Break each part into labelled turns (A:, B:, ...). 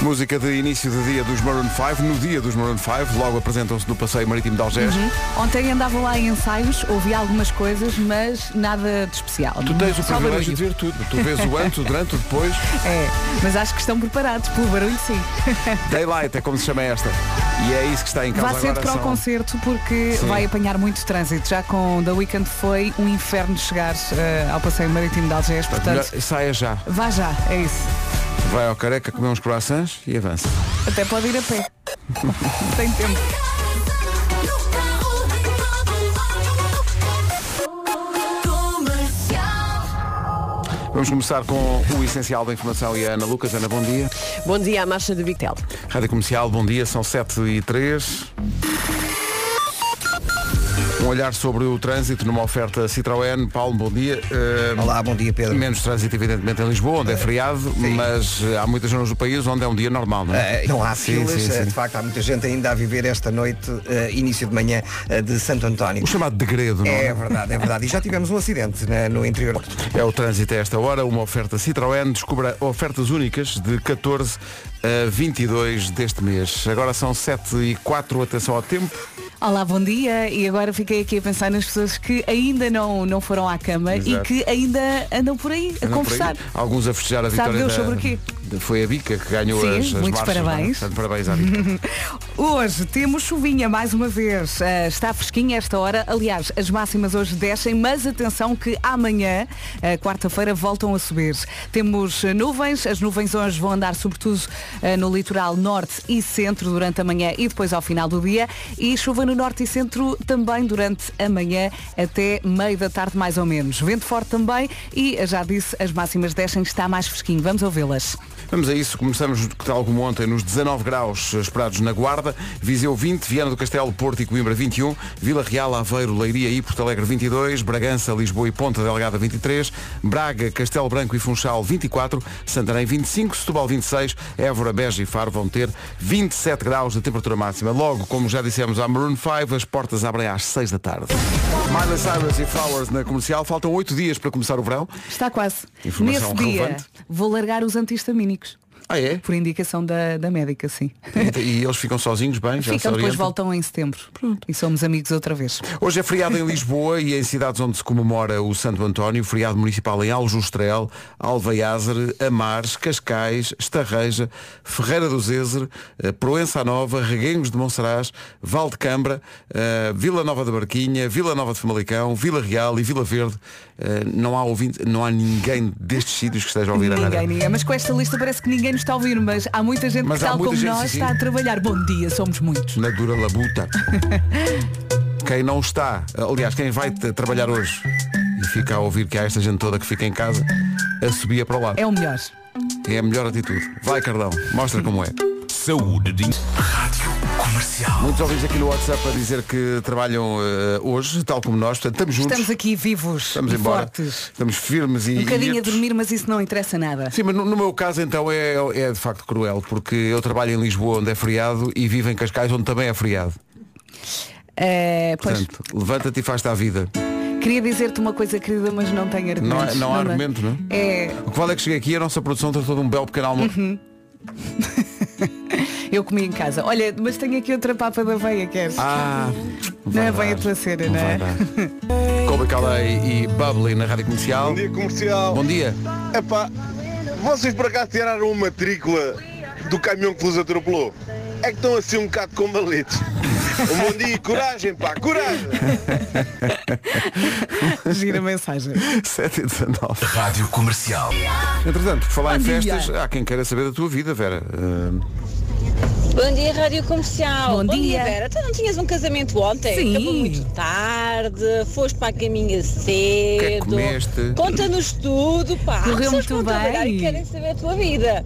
A: Música de início do dia dos Maroon 5. No dia dos Maroon 5, logo apresentam-se no Passeio Marítimo de Algés.
B: Ontem andava lá em ensaios, ouvi algumas coisas, mas nada de especial.
A: Tu tens o
B: Só
A: privilégio de
B: barulho.
A: ver tudo. Tu vês o antes, o durante, o depois.
B: É, mas acho que estão preparados pelo barulho, sim.
A: Daylight é como se chama esta. E é isso que está em causa
B: Vá um cedo
A: agora.
B: para o
A: são-
B: concerto porque
A: Sim.
B: vai apanhar muito trânsito. Já com The Weekend foi um inferno chegar eh, ao passeio marítimo de Algés,
A: Melhor-
B: portanto.
A: Saia já.
B: Vá já, é isso.
A: Vai ao careca, comer uns croissants e avança.
B: Até pode ir a pé. Tem tempo.
A: Vamos começar com o essencial da informação e a Ana Lucas. Ana, bom dia.
C: Bom dia à marcha de Vitel.
A: Rádio Comercial, bom dia, são 7 e 3. Um olhar sobre o trânsito numa oferta Citroën. Paulo, bom dia. Eh,
D: Olá, bom dia Pedro.
A: Menos trânsito, evidentemente, em Lisboa, onde é feriado, mas eh, há muitas zonas do país onde é um dia normal, não é?
D: Eh, não há
A: Sim,
D: filas,
A: sim,
D: eh,
A: sim.
D: de facto há muita gente ainda a viver esta noite, eh, início de manhã eh, de Santo António.
A: O chamado degredo, não é?
D: É verdade, é verdade. E já tivemos um acidente né, no interior.
A: É o trânsito a esta hora, uma oferta Citroën. Descubra ofertas únicas de 14 a 22 deste mês. Agora são 7 e 4, atenção ao tempo.
B: Olá, bom dia. E agora fiquei aqui a pensar nas pessoas que ainda não, não foram à cama
A: Exato.
B: e que ainda andam por aí a
A: Andam por aí.
B: conversar.
A: Alguns a festejar a
B: Sabe
A: vitória
B: Deus
A: da-
B: sobre o quê?
A: da- Foi a Bica que ganhou
B: Sim,
A: as, as
B: muitos
A: marchas,
B: parabéns.
A: não é? Portanto, parabéns à Bica.
B: Hoje temos chuvinha mais uma vez. Ah, está fresquinha esta hora. Aliás, as máximas hoje descem, mas atenção que amanhã, ah, quarta-feira, voltam a subir. Temos ah, nuvens. As nuvens hoje vão andar sobretudo ah, no litoral norte e centro durante a manhã e depois ao final do dia. E chuva no norte e centro também durante a manhã até meio da tarde mais ou menos. Vento forte também e, ah, já disse, as máximas descem. Está mais fresquinho. Vamos ouvi-las.
A: Vamos a isso, começamos tal como ontem nos 19 graus esperados na Guarda, Viseu 20, Viana do Castelo, Porto e Coimbra 21, Vila Real, Aveiro, Leiria e Porto Alegre 22, Bragança, Lisboa e Ponta Delgada 23, Braga, Castelo Branco e Funchal 24, Santarém 25, Setúbal 26, Évora, Beja e Faro vão ter 27 graus de temperatura máxima. Logo, como já dissemos à Maroon 5, as portas abrem às 6 da tarde. Miley Cyrus e Flowers na comercial, faltam 8 dias para começar o verão.
B: Está quase.
A: Informação
B: Nesse dia
A: relevante.
B: vou largar os antihistamínicos.
A: Ah é?
B: Por indicação da, da médica, sim.
A: E, e eles ficam sozinhos bem? já se
B: Ficam, depois
A: orientam?
B: voltam em setembro. E somos amigos outra vez.
A: Hoje é feriado em Lisboa e em cidades onde se comemora o Santo António, feriado municipal em Aljustrel, Alveiázere, Amares, Cascais, Estarreja, Ferreira do Zézere, eh, Proença Nova, Reguengos de Monsaraz, Val de Cambra, eh, Vila Nova da Barquinha, Vila Nova de Famalicão, Vila Real e Vila Verde. Eh, Não há, ouvinte, não há ninguém destes sítios que esteja a ouvir a
B: Ninguém,
A: rádio.
B: ninguém. Mas com esta lista parece que ninguém nos está a ouvir, mas há muita gente
A: Mas
B: que,
A: há
B: tal
A: muita
B: como
A: gente,
B: nós,
A: sim, sim.
B: está a trabalhar. Bom dia, somos muitos.
A: Na Dura Labuta. Quem não está, aliás, quem vai te- trabalhar hoje e fica a ouvir que há esta gente toda que fica em casa, assobia para lá.
B: É o melhor.
A: É a melhor atitude. Vai, Cardão, mostra como é.
E: Saúde de
A: Muitos ouvintes aqui no WhatsApp a dizer que trabalham eh, hoje, tal como nós, portanto, estamos juntos,
B: Estamos
A: estamos,
B: aqui vivos, e
A: embora,
B: fortes.
A: estamos firmes e.
B: Um bocadinho
A: e
B: a dormir, mas isso não interessa nada.
A: Sim, mas no, no meu caso então é, é de facto cruel, porque eu trabalho em Lisboa onde é feriado e vivo em Cascais onde também é feriado.
B: É, pois,
A: Portanto, levanta-te e faz-te à vida.
B: queria dizer-te uma coisa, querida, mas não tenho
A: Não,
B: argumentos.
A: há- não há
B: dá.
A: argumento, não é?
B: É,
A: O que vale é que cheguei aqui e a nossa produção tratou de um belo pequeno almoço.
B: eu comi em casa. Olha, mas tenho aqui outra papa da veia, queres?
A: Ah,
B: Não
A: vai
B: é bem
A: dar.
B: a tua cena,
A: Não
B: não
A: vai
B: é?
A: dar. Colby Calais e Bubbly na Rádio Comercial.
F: Bom dia comercial.
A: Bom dia.
F: Epá, vocês por acaso tiraram uma matrícula do caminhão que vos atropelou? É que estão assim um bocado com baletes. Um bom dia e coragem, pá, coragem!
B: Gira a mensagem.
A: 7 e 19.
E: Rádio Comercial.
A: Entretanto, por falar em
B: Bom dia.
A: festas, há quem queira saber da tua vida, Vera. Ah,
G: Bom dia, Rádio Comercial.
B: Bom dia.
G: Vera. Tu não tinhas um casamento ontem?
B: Sim.
G: Acabou muito tarde, foste para a caminha cedo.
A: que comeste?
G: Conta-nos tudo, pá.
B: Correu
G: As pessoas
B: muito
G: que vão
B: bem.
G: trabalhar e querem saber a tua vida.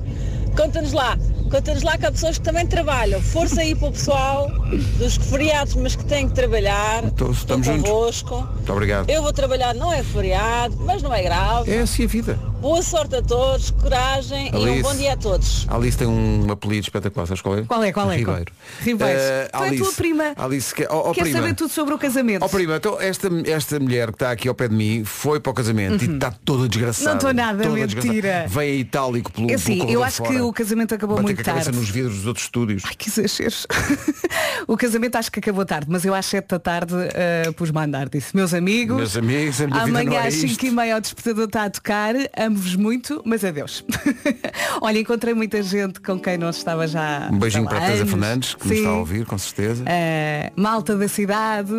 G: Conta-nos lá. Conta-nos lá que há pessoas que também trabalham. Força aí para o pessoal dos feriados, mas que têm que trabalhar.
A: Então, estamos
G: Estou
A: juntos.
G: convosco.
A: Muito obrigado.
G: Eu vou trabalhar, não é feriado, mas não é grave.
A: É assim a vida.
G: Boa sorte a todos, coragem e
A: Alice.
G: um bom dia a todos.
A: A Alice tem um apelido espetacular, sabes qual é?
B: Qual é, qual é?
A: Ribeiro.
B: Ribeiro.
A: Eh,
B: Tu é a tua prima.
A: Alice, que, oh, oh,
B: Quer
A: prima.
B: saber tudo sobre o casamento?
A: Ó prima, então esta, esta mulher que está aqui ao pé de mim foi para o casamento e está toda desgraçada.
B: Uhum. Não estou nada,
A: toda
B: mentira.
A: desgraçada. Veio a itálico pelo,
B: É
A: pelo
B: assim, eu
A: corredor
B: acho
A: fora.
B: que o casamento acabou
A: Bateu
B: muito
A: com a cabeça
B: tarde.
A: nos vidros dos outros estúdios.
B: Ai, que exageros. o casamento acho que acabou tarde, mas eu às 7 da tarde eh, pus-me a andar. Disse, meus amigos,
A: Meus amigos, a minha vida não
B: amanhã
A: é
B: às
A: isto."
B: 5 e meia o despertador está a tocar. Amo-vos muito, mas adeus. Olha, encontrei muita gente com quem não estava já.
A: Um beijinho
B: sei
A: para
B: lá,
A: a Teresa
B: anos.
A: Fernandes, que nos
B: Sim.
A: está a ouvir, com certeza.
B: Eh, malta da cidade.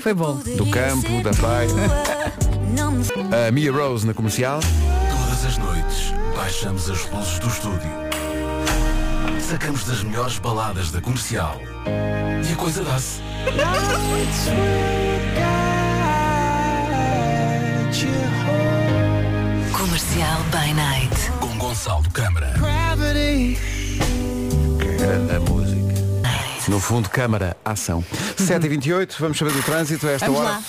B: Foi bom.
A: Do campo, da A Mia Rose na comercial.
E: Todas as noites baixamos as luzes do estúdio. Sacamos das melhores baladas da comercial. E a coisa dá-se.
C: Comercial by Night.
E: Com Gonçalo Câmara.
A: Grande música. No fundo, Câmara, ação.
C: Uhum.
A: 7h28, vamos saber do trânsito a esta
B: Vamos
A: hora.
B: lá.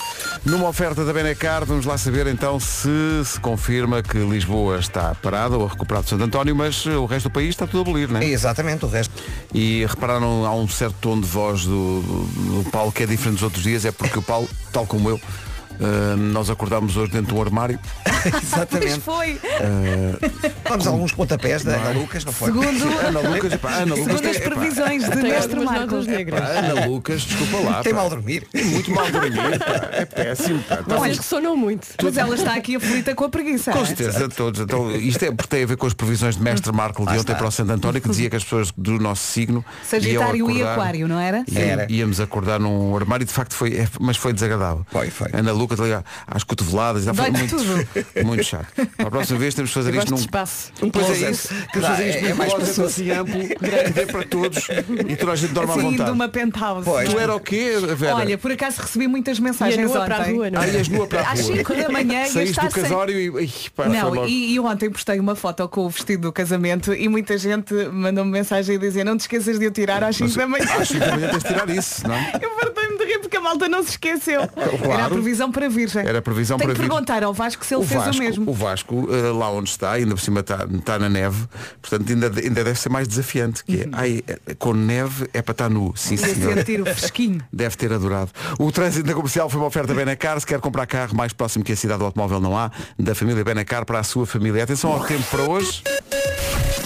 A: Numa oferta da Benecar, vamos lá saber então se se confirma que Lisboa está parada ou a recuperar de Santo António, mas eh, o resto do país está tudo a abolir, não é?
D: Exatamente, o resto.
A: E repararam, há um certo tom de voz do, do- do Paulo que é diferente dos outros dias, é porque o Paulo, tal como eu, eh, nós acordámos hoje dentro de um armário.
B: Pois
D: Exatamente.
B: foi.
D: Vamos a alguns pontapés da
A: é?
D: Ana Lucas, não foi?
B: Segundo,
A: Ana Lucas, epá, Ana Lucas,
B: segundo as
A: epá,
B: previsões de Mestre Marcos.
A: epá, Ana Lucas, desculpa lá.
D: Tem
A: pá.
D: mal dormir.
A: É Muito mal dormir, pá. é péssimo. Pá. Tá
B: Olha,
H: Ressonou muito.
B: mas ela está aqui aflita com a preguiça.
A: Com
B: não é?
A: certeza, todos. Então, isto é porque tem a ver com as previsões de Mestre Marco de ontem para o Santo António, que dizia que as pessoas do nosso signo.
B: Sagitário
A: iam
B: e
A: acordar-
B: Aquário, não era?
A: iam-
D: Era.
A: Íamos acordar num armário, de facto foi, é, mas foi desagradável.
D: Foi, foi.
A: Ana Lucas ligava às cotoveladas, já foi
B: Dói-te
A: muito, muito chato. Para a próxima vez temos que
B: Tipo,
A: fazer
H: Eu gosto
A: isto num.
H: de espaço.
A: Um pois é
D: closet.
A: isso, temos que
D: Dá,
A: fazer isto
D: é-
A: num
D: é mais
A: closet
D: pessoas.
A: assim amplo, que dê para todos e toda a gente dorme à
B: Assim,
A: vontade.
B: de uma penthouse.
D: Pois.
A: Tu era o quê, Vera?
B: Olha, por acaso recebi muitas mensagens
H: Ia nua
B: ontem.
H: para é? a rua, não
A: Ah,
H: é?
A: ias nua para a
B: Às
A: rua.
B: 5 da manhã e
A: Saíste
B: está
A: do casório e. Ai, pá, foi
B: Não,
A: logo.
B: e, e ontem postei uma foto com o vestido do casamento e muita gente mandou-me mensagem a dizer não te esqueças de eu tirar às 5 da manhã.
A: Acho que também tens de tirar isso, não é?
B: Eu partei-me de rir porque a malta não se esqueceu. Era a previsão para virgem.
A: Era a previsão
B: Tenho
A: para
B: que
A: vir.
B: perguntar ao Vasco se ele
A: O
B: fez
A: Vasco,
B: o mesmo.
A: o Vasco, eh, lá onde está, ainda por cima está, está na neve, portanto ainda, ainda deve ser mais desafiante, que
B: Uhum.
A: é, ai, eh, com neve é para estar nu, sim
B: Ia
A: senhor.
B: sentir o fresquinho.
A: Deve ter adorado. O trânsito da comercial foi uma oferta Benacar. Se quer comprar carro mais próximo que a cidade do automóvel não há, da família Benacar para a sua família. Atenção ao tempo para hoje.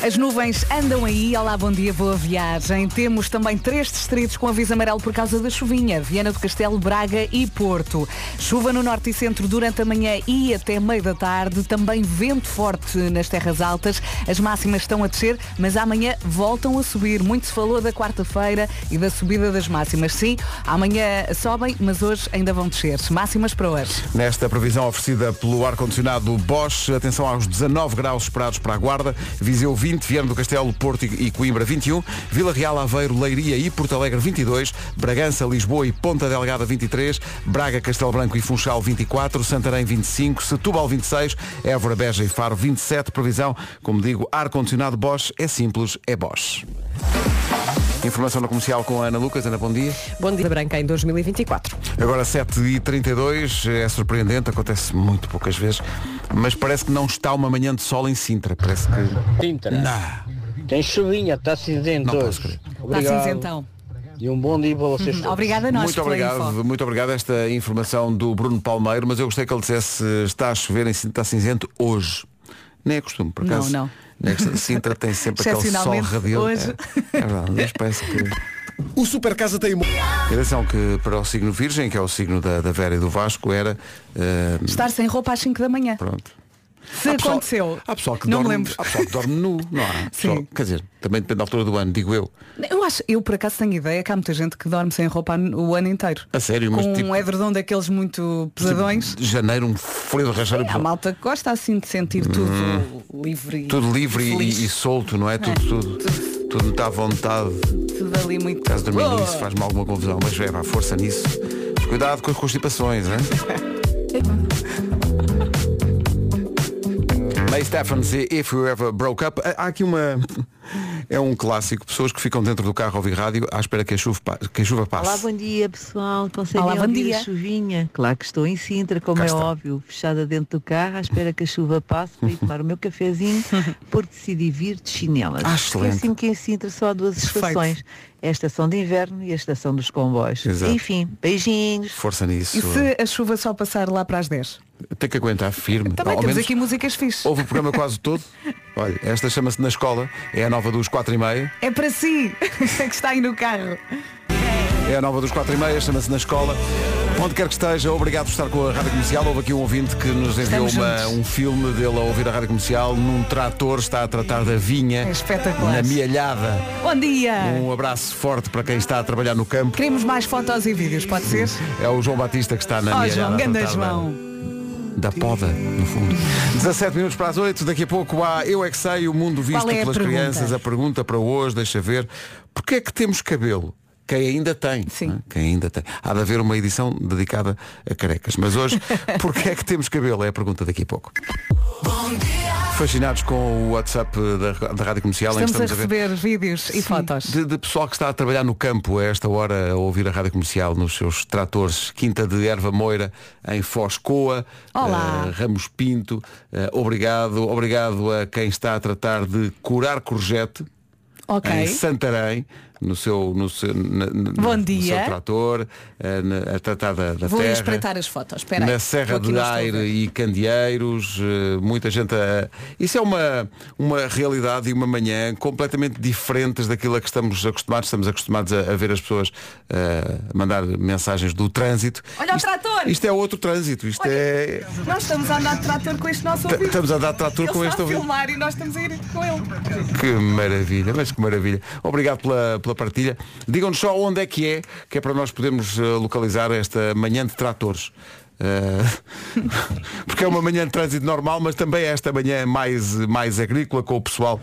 B: As nuvens andam aí. Olá, bom dia, boa viagem. Temos também três distritos com aviso amarelo por causa da chuvinha. Viana do Castelo, Braga e Porto. Chuva no norte e centro durante a manhã e até meio da tarde. Também vento forte nas terras altas. As máximas estão a descer, mas amanhã voltam a subir. Muito se falou da quarta-feira e da subida das máximas. Sim, amanhã sobem, mas hoje ainda vão descer. Máximas para hoje.
A: Nesta previsão oferecida pelo ar-condicionado Bosch, atenção aos 19 graus esperados para a Guarda, Viseu 20, Viana do Castelo, Porto e Coimbra 21, Vila Real, Aveiro, Leiria e Porto Alegre 22, Bragança, Lisboa e Ponta Delgada 23, Braga, Castelo Branco e Funchal 24, Santarém 25, Setúbal 26, Évora, Beja e Faro 27. Previsão, como digo, ar-condicionado Bosch é simples, é Bosch. Informação no comercial com a Ana Lucas. Ana, bom dia.
H: Bom dia Branca em 2024.
A: Agora 7h32, é surpreendente, acontece muito poucas vezes, mas parece que não está uma manhã de sol em Sintra, parece que...
I: Sintra.
A: Não,
I: né? Tem chuvinha, está cinzento
A: Não posso
I: hoje.
A: crer.
B: Está cinzentão. Uhum.
I: E um bom dia para vocês todos.
B: Obrigada a nós
A: muito
B: pela info.
A: obrigado, muito obrigado a esta informação do Bruno Palmeiro, mas eu gostei que ele dissesse está a chover em Sintra, está cinzento hoje. Nem é costume, por
B: Não,
A: acaso.
B: não.
A: É costume. Sintra tem sempre aquele sol
B: Excepcionalmente,
A: radiante.
B: hoje.
A: É, é verdade, mas parece que...
E: O Super Casa tem...
A: Atenção que para o signo virgem, que é o signo da, da Vera e do Vasco, era... eh,
B: Estar sem roupa às 5 da manhã.
A: pronto.
B: Se
A: Há pessoal-
B: aconteceu.
A: Há pessoal que
B: não
A: dorme,
B: me lembro.
A: Há pessoal que dorme nu, não há?
B: Sim.
A: Pessoal- quer dizer, também depende da altura do ano, digo eu.
B: Eu acho, eu por acaso tenho ideia que há muita gente que dorme sem roupa o ano inteiro.
A: A sério,
B: Com
A: mas tipo,
B: um edredom daqueles muito pesadões.
A: de janeiro, um frio de rachar o
B: Há malta que gosta assim de sentir tudo livre. e
A: Uhum. Tudo livre e,
B: feliz.
A: e- e solto, não é? Tudo, tudo, tudo me está à vontade.
B: Tudo ali muito.
A: Caso dormir
B: Boa.
A: nisso, faz-me alguma confusão. Mas é, pá, força nisso. Mas Cuidado com as constipações, hein? Hey Stephens, e If You Ever Broke Up. Há aqui uma... É um clássico. Pessoas que ficam dentro do carro a ouvir rádio à espera que a chuva, pa- que a chuva passe.
J: Olá, bom dia pessoal. Conseguem
B: Olá, bom
J: ouvir
B: dia.
J: a chuvinha? Claro que estou em Sintra, como
A: Cá
J: é
A: está.
J: óbvio, fechada dentro do carro, à espera que a chuva passe para ir tomar o meu cafezinho, porque decidi vir de chinelas.
A: Ah, excelente.
J: É assim que em Sintra só há duas
B: Perfeito.
J: estações, a estação de inverno e a estação dos comboios.
A: Exato.
J: Enfim, beijinhos.
A: Força nisso.
B: E se a chuva só passar lá para as 10?
A: Tem que aguentar firme.
B: Também
A: Ao
B: temos
A: menos
B: aqui músicas fixes.
A: Houve o programa quase todo. Olha, esta chama-se Na Escola. É a nova dos 4 e meia.
B: É para si que está aí no carro.
A: É a nova dos 4 e meia, chama-se Na Escola. Onde quer que esteja, obrigado por estar com a Rádio Comercial. Houve aqui um ouvinte que nos enviou
B: Estamos
A: uma-
B: juntos.
A: um filme dele a ouvir a Rádio Comercial num trator, está a tratar da vinha
B: É espetacular. É.
A: na mielhada.
B: Bom dia!
A: Um abraço forte para quem está a trabalhar no campo.
B: Queremos mais fotos e vídeos, pode ser?
A: É o João Batista que está na
B: Ó
A: mielhada.
B: João,
A: a
B: ganda
A: tratar da-
B: João.
A: Da poda, no fundo. 17 minutos para as 8, daqui a pouco há Eu é que sei, o mundo visto
B: Qual é a
A: pelas
B: pergunta?
A: crianças. A pergunta para hoje, deixa ver, porquê é que temos cabelo? Quem ainda tem.
B: Sim.
A: né? Quem ainda tem. Há de haver uma edição dedicada a carecas. Mas hoje, porquê é que temos cabelo? É a pergunta daqui a pouco. Fascinados com o WhatsApp da, da Rádio Comercial, em que
B: Estamos, a
A: estamos a ver
B: receber vídeos e fotos.
A: de, de pessoal que está a trabalhar no campo a esta hora a ouvir a rádio comercial nos seus tratores, Quinta de Erva Moira, em Foscoa,
B: Olá.
A: eh, Ramos Pinto, eh, obrigado, obrigado a quem está a tratar de curar corjete
B: Ok.
A: em Santarém, no seu, no seu, na- na-
B: Bom
A: no
B: dia.
A: seu trator, eh, na- a tratar da, da
K: Vou
A: terra.
K: espreitar as fotos, espera aí.
A: Na Serra
K: Vou aqui
A: de
K: no estúdio.
A: Aire e Candeeiros, eh, muita gente a... Isso é uma, uma realidade e uma manhã completamente diferentes daquilo a que estamos acostumados. Estamos acostumados a, a ver as pessoas eh, mandar mensagens do trânsito.
B: Olha o
A: isto,
B: trator!
A: Isto é outro trânsito. Isto é...
B: Nós estamos a andar de trator com este nosso
A: T-
B: ouvido.
A: Estamos a dar trator
B: Ele
A: com
B: está
A: este
B: a
A: ouvido.
B: filmar e nós estamos a ir com ele.
A: Que maravilha, mas que maravilha. Obrigado pela, pela partilha. Digam-nos só onde é que é, que é para nós podermos eh, localizar esta manhã de tratores. Eh, porque é uma manhã de trânsito normal, mas também é esta manhã mais, mais agrícola com o pessoal.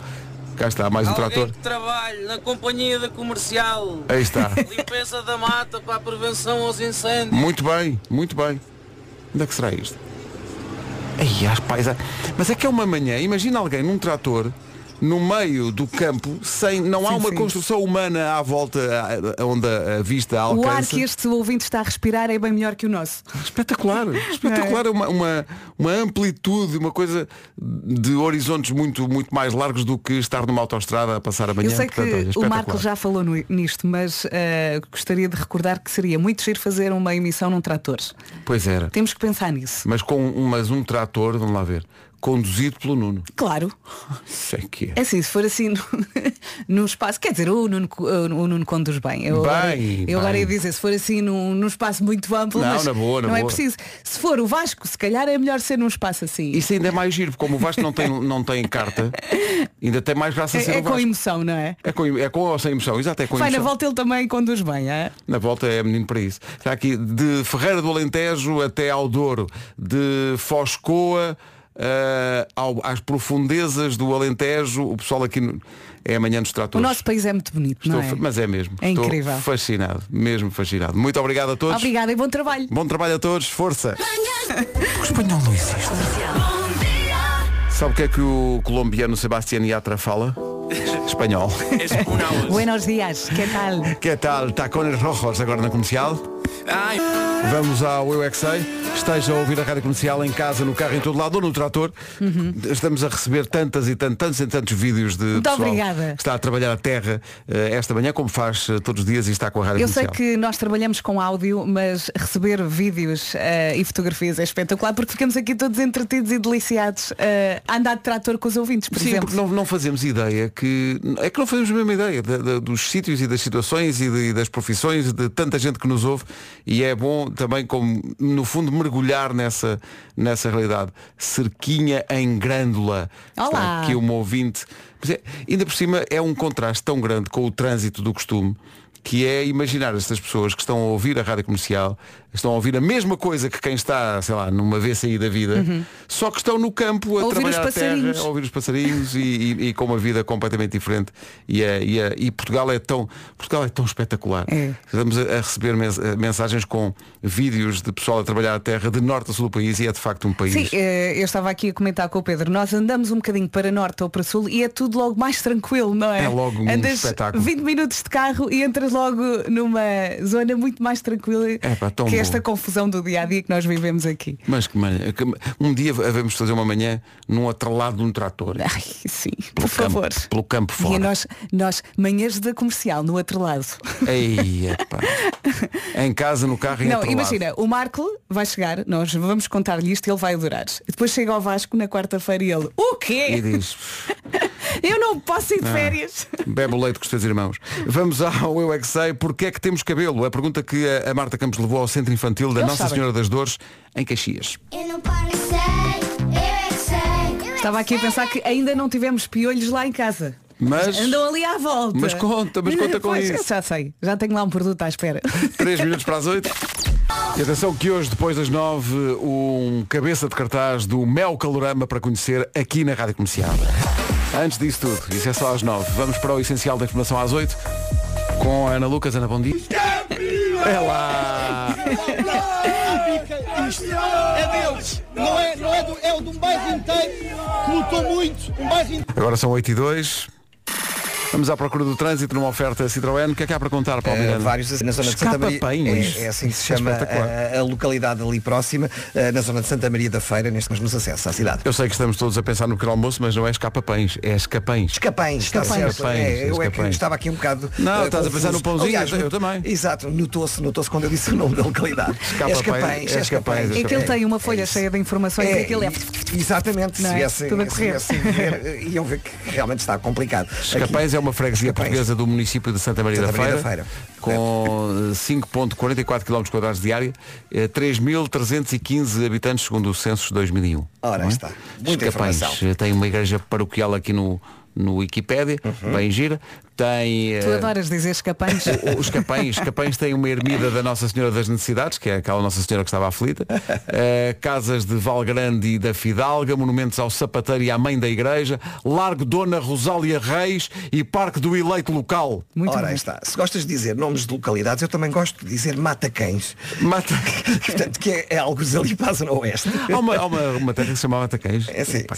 A: Cá está, mais um trator.
I: trabalho na companhia da comercial.
A: Aí está.
I: Limpeza da mata para a prevenção aos incêndios.
A: Muito bem, muito bem. Onde é que será isto? Ai, as paisa. Mas é que é uma manhã, imagina alguém num trator no meio do campo, sem não há
B: Sim,
A: uma
B: sim.
A: construção humana à volta a- a- onde a a vista
B: O
A: alcança.
B: ar que este ouvinte está a respirar é bem melhor que o nosso.
A: Espetacular,
B: É.
A: espetacular, uma, uma, uma amplitude, uma coisa de horizontes muito, muito mais largos do que estar numa autoestrada a passar amanhã.
B: Eu sei
A: Portanto, olha,
B: que o Marco
A: espetacular.
B: já falou no- nisto, mas eh, gostaria de recordar que seria muito giro fazer uma emissão num trator.
A: Pois era.
B: Temos que pensar nisso.
A: Mas com um, mas um trator, vamos lá ver, conduzido pelo Nuno.
B: Claro.
A: Sei que é.
B: É assim, se for assim no- num espaço, quer dizer, o Nuno, co- o Nuno conduz bem. Eu, agora,
A: Bem,
B: eu agora
A: bem.
B: ia dizer, se for assim num, num espaço muito amplo,
A: Não,
B: mas
A: na boa, na
B: não é
A: boa.
B: preciso. Se for o Vasco, se calhar é melhor ser num espaço assim.
A: Isso ainda é mais giro, porque como o Vasco não tem, não tem carta, ainda tem mais graça a ser
B: é é
A: o
B: com
A: Vasco.
B: emoção, não é?
A: É com, é com ou sem emoção, exato, é com
B: Vai na
A: emoção.
B: volta ele também conduz bem, é?
A: Na volta é menino para isso. Está aqui de Ferreira do Alentejo até ao Douro, de Foscoa eh, ao- às profundezas do Alentejo, o pessoal aqui no- é amanhã nos
B: O
A: tratores.
B: nosso país é muito bonito,
A: Estou
B: não é?
A: fa- Mas é mesmo.
B: É
A: Estou
B: incrível.
A: fascinado, mesmo fascinado. Muito obrigado a todos.
B: Obrigada e bom trabalho.
A: Bom trabalho a todos, força! O espanhol não existe. Sabe o que é que o colombiano Sebastián Yatra fala? Espanhol.
B: Buenos dias, que tal?
A: que tal? Tacones Rojos agora na comercial. Vamos ao Eu é Que Sei. Esteja a ouvir a rádio comercial em casa, no carro, em todo lado ou no trator.
B: Uhum.
A: Estamos a receber tantas e tan- tantos e tantos vídeos de pessoal
B: obrigada.
A: que está a trabalhar a terra eh, esta manhã, como faz eh, todos os dias e está com a rádio
B: Eu sei
A: comercial.
B: que nós trabalhamos com áudio, mas receber vídeos eh, e fotografias é espetacular porque ficamos aqui todos entretidos e deliciados eh, a andar de trator com os ouvintes, por
A: Sim,
B: exemplo.
A: porque não, não fazemos ideia que. É que não fazemos a mesma ideia da- da- dos sítios e das situações e, de- e das profissões de tanta gente que nos ouve e é bom também como, no fundo, mergulhar nessa, nessa realidade. Cerquinha em grândula.
B: Olá.
A: Está aqui uma ouvinte. Mas é- ainda por cima é um contraste tão grande com o trânsito do costume que é imaginar estas pessoas que estão a ouvir a rádio comercial, estão a ouvir a mesma coisa que quem está, sei lá, numa VCI da vida,
B: Uhum.
A: só que estão no campo a,
B: A ouvir
A: trabalhar
B: os
A: a terra,
B: passarinhos.
A: a ouvir os passarinhos e, e- e com uma vida completamente diferente. E, é- e é- e Portugal é tão, Portugal é tão espetacular. Estamos a, a receber mens- eh, mensagens com vídeos de pessoal a trabalhar a terra de norte a sul do país e é de facto um país.
B: Sim, eh, eu estava aqui a comentar com o Pedro. Nós andamos um bocadinho para norte ou para sul e é tudo logo mais tranquilo, não é?
A: É logo um
B: Andas
A: espetáculo.
B: 20 minutos de carro e entras logo numa zona muito mais tranquila
A: É pá, tão
B: que
A: bom.
B: esta confusão do dia a dia que nós vivemos aqui.
A: Mas que manhã. que- Um dia havemos de fazer uma manhã num atrelado de um trator.
B: Ai, sim,
A: pelo por campo, favor. Pelo campo
B: E
A: fora.
B: nós, nós, manhãs da comercial, no outro lado.
A: É, Ei, epá. em casa, no carro e em
B: Não,
A: atrelado.
B: imagina, o Marco vai chegar, nós vamos contar-lhe isto e ele vai adorar. E depois chega ao Vasco na quarta-feira e ele, o
A: E
B: quê?
A: diz,
B: Eu não posso ir de
A: Ah.
B: férias.
A: bebe o leite com os teus irmãos. Vamos ao Eu é que sei, porque é que temos cabelo? A pergunta que a- a Marta Campos levou ao Centro Infantil da
B: Eles
A: Nossa
B: sabem.
A: Senhora das Dores, em Caxias.
K: Eu não paro, sei, eu é que sei.
B: Estava aqui a pensar que ainda não tivemos piolhos lá em casa.
A: Mas-
B: Andam ali à volta.
A: Mas conta, mas conta com
B: Pois, eu
A: isso.
B: Já sei, já tenho lá um produto à espera.
A: 3 minutos para as 8. E atenção que hoje, depois das 9, um cabeça de cartaz do Mel Calorama para conhecer aqui na Rádio Comercial. Antes disso tudo, isso é só às 9. Vamos para o essencial da informação às 8 com a Ana Lucas. Ana, bom dia. É lá!
L: Isto é deles, não é, não é, do, é o de um bairro inteiro que lutou muito, um bairro inteiro.
A: Agora são 8 e 2. Vamos à procura do trânsito numa oferta Citroën. O que é que há para contar, Paulo
D: Eh,
A: Miranda?
D: vários na zona de Santa
A: Escapa
D: Maria
A: Pães.
D: é, é assim que se
A: É
D: chama
A: espetacular.
D: a, a localidade ali próxima eh, na zona de Santa Maria da Feira neste mas nos acessos à cidade
A: Eu sei que estamos todos a pensar no pequeno almoço, mas não é escapa-pães, é escapães.
D: Escapães, está certo. É, eu é que
A: escapães.
D: estava aqui um bocado
A: Não,
D: eh,
A: estás a pensar
D: confuso.
A: no pãozinho, eu- eu
D: também exato notou-se notou-se quando eu disse o nome da localidade
A: Escapa
D: É Escapães,
A: Pães, é
D: é Escapães.
B: É que ele tem uma folha cheia de informações
D: É,
B: e aquilo é.
D: Exatamente,
B: Não
D: se
B: é?
D: viesse,
B: Tudo a
D: se
B: correr.
D: viesse ver, eh, iam ver que realmente está complicado.
A: Escapães é uma freguesia
D: Escapães.
A: portuguesa do município de Santa Maria,
D: Santa Maria
A: da,
D: da
A: Feira, com eh, 5.44 km de área, eh, 3.315 habitantes segundo o censo de 2001.
D: Ora,
A: não é?
D: está. Muita
A: Escapães
D: informação.
A: eh, tem uma igreja paroquial aqui no no Wikipédia,
D: Uhum.
A: bem gira, tem eh,
B: Tu adoras dizer escapães?
A: o- Os capães, capães têm uma ermida da Nossa Senhora das Necessidades, que é aquela Nossa Senhora que estava aflita, Eh, casas de Valgrande e da Fidalga, monumentos ao sapateiro e à mãe da igreja, Largo Dona Rosália Reis e Parque do Eleito Local.
D: Ora, aí está. Se gostas de dizer nomes de localidades, eu também gosto de dizer mata-cães.
A: Mata
D: Portanto, que é, é algo é que ali passa no oeste.
A: Há uma, há uma, uma terra que se chamava Ataqueis.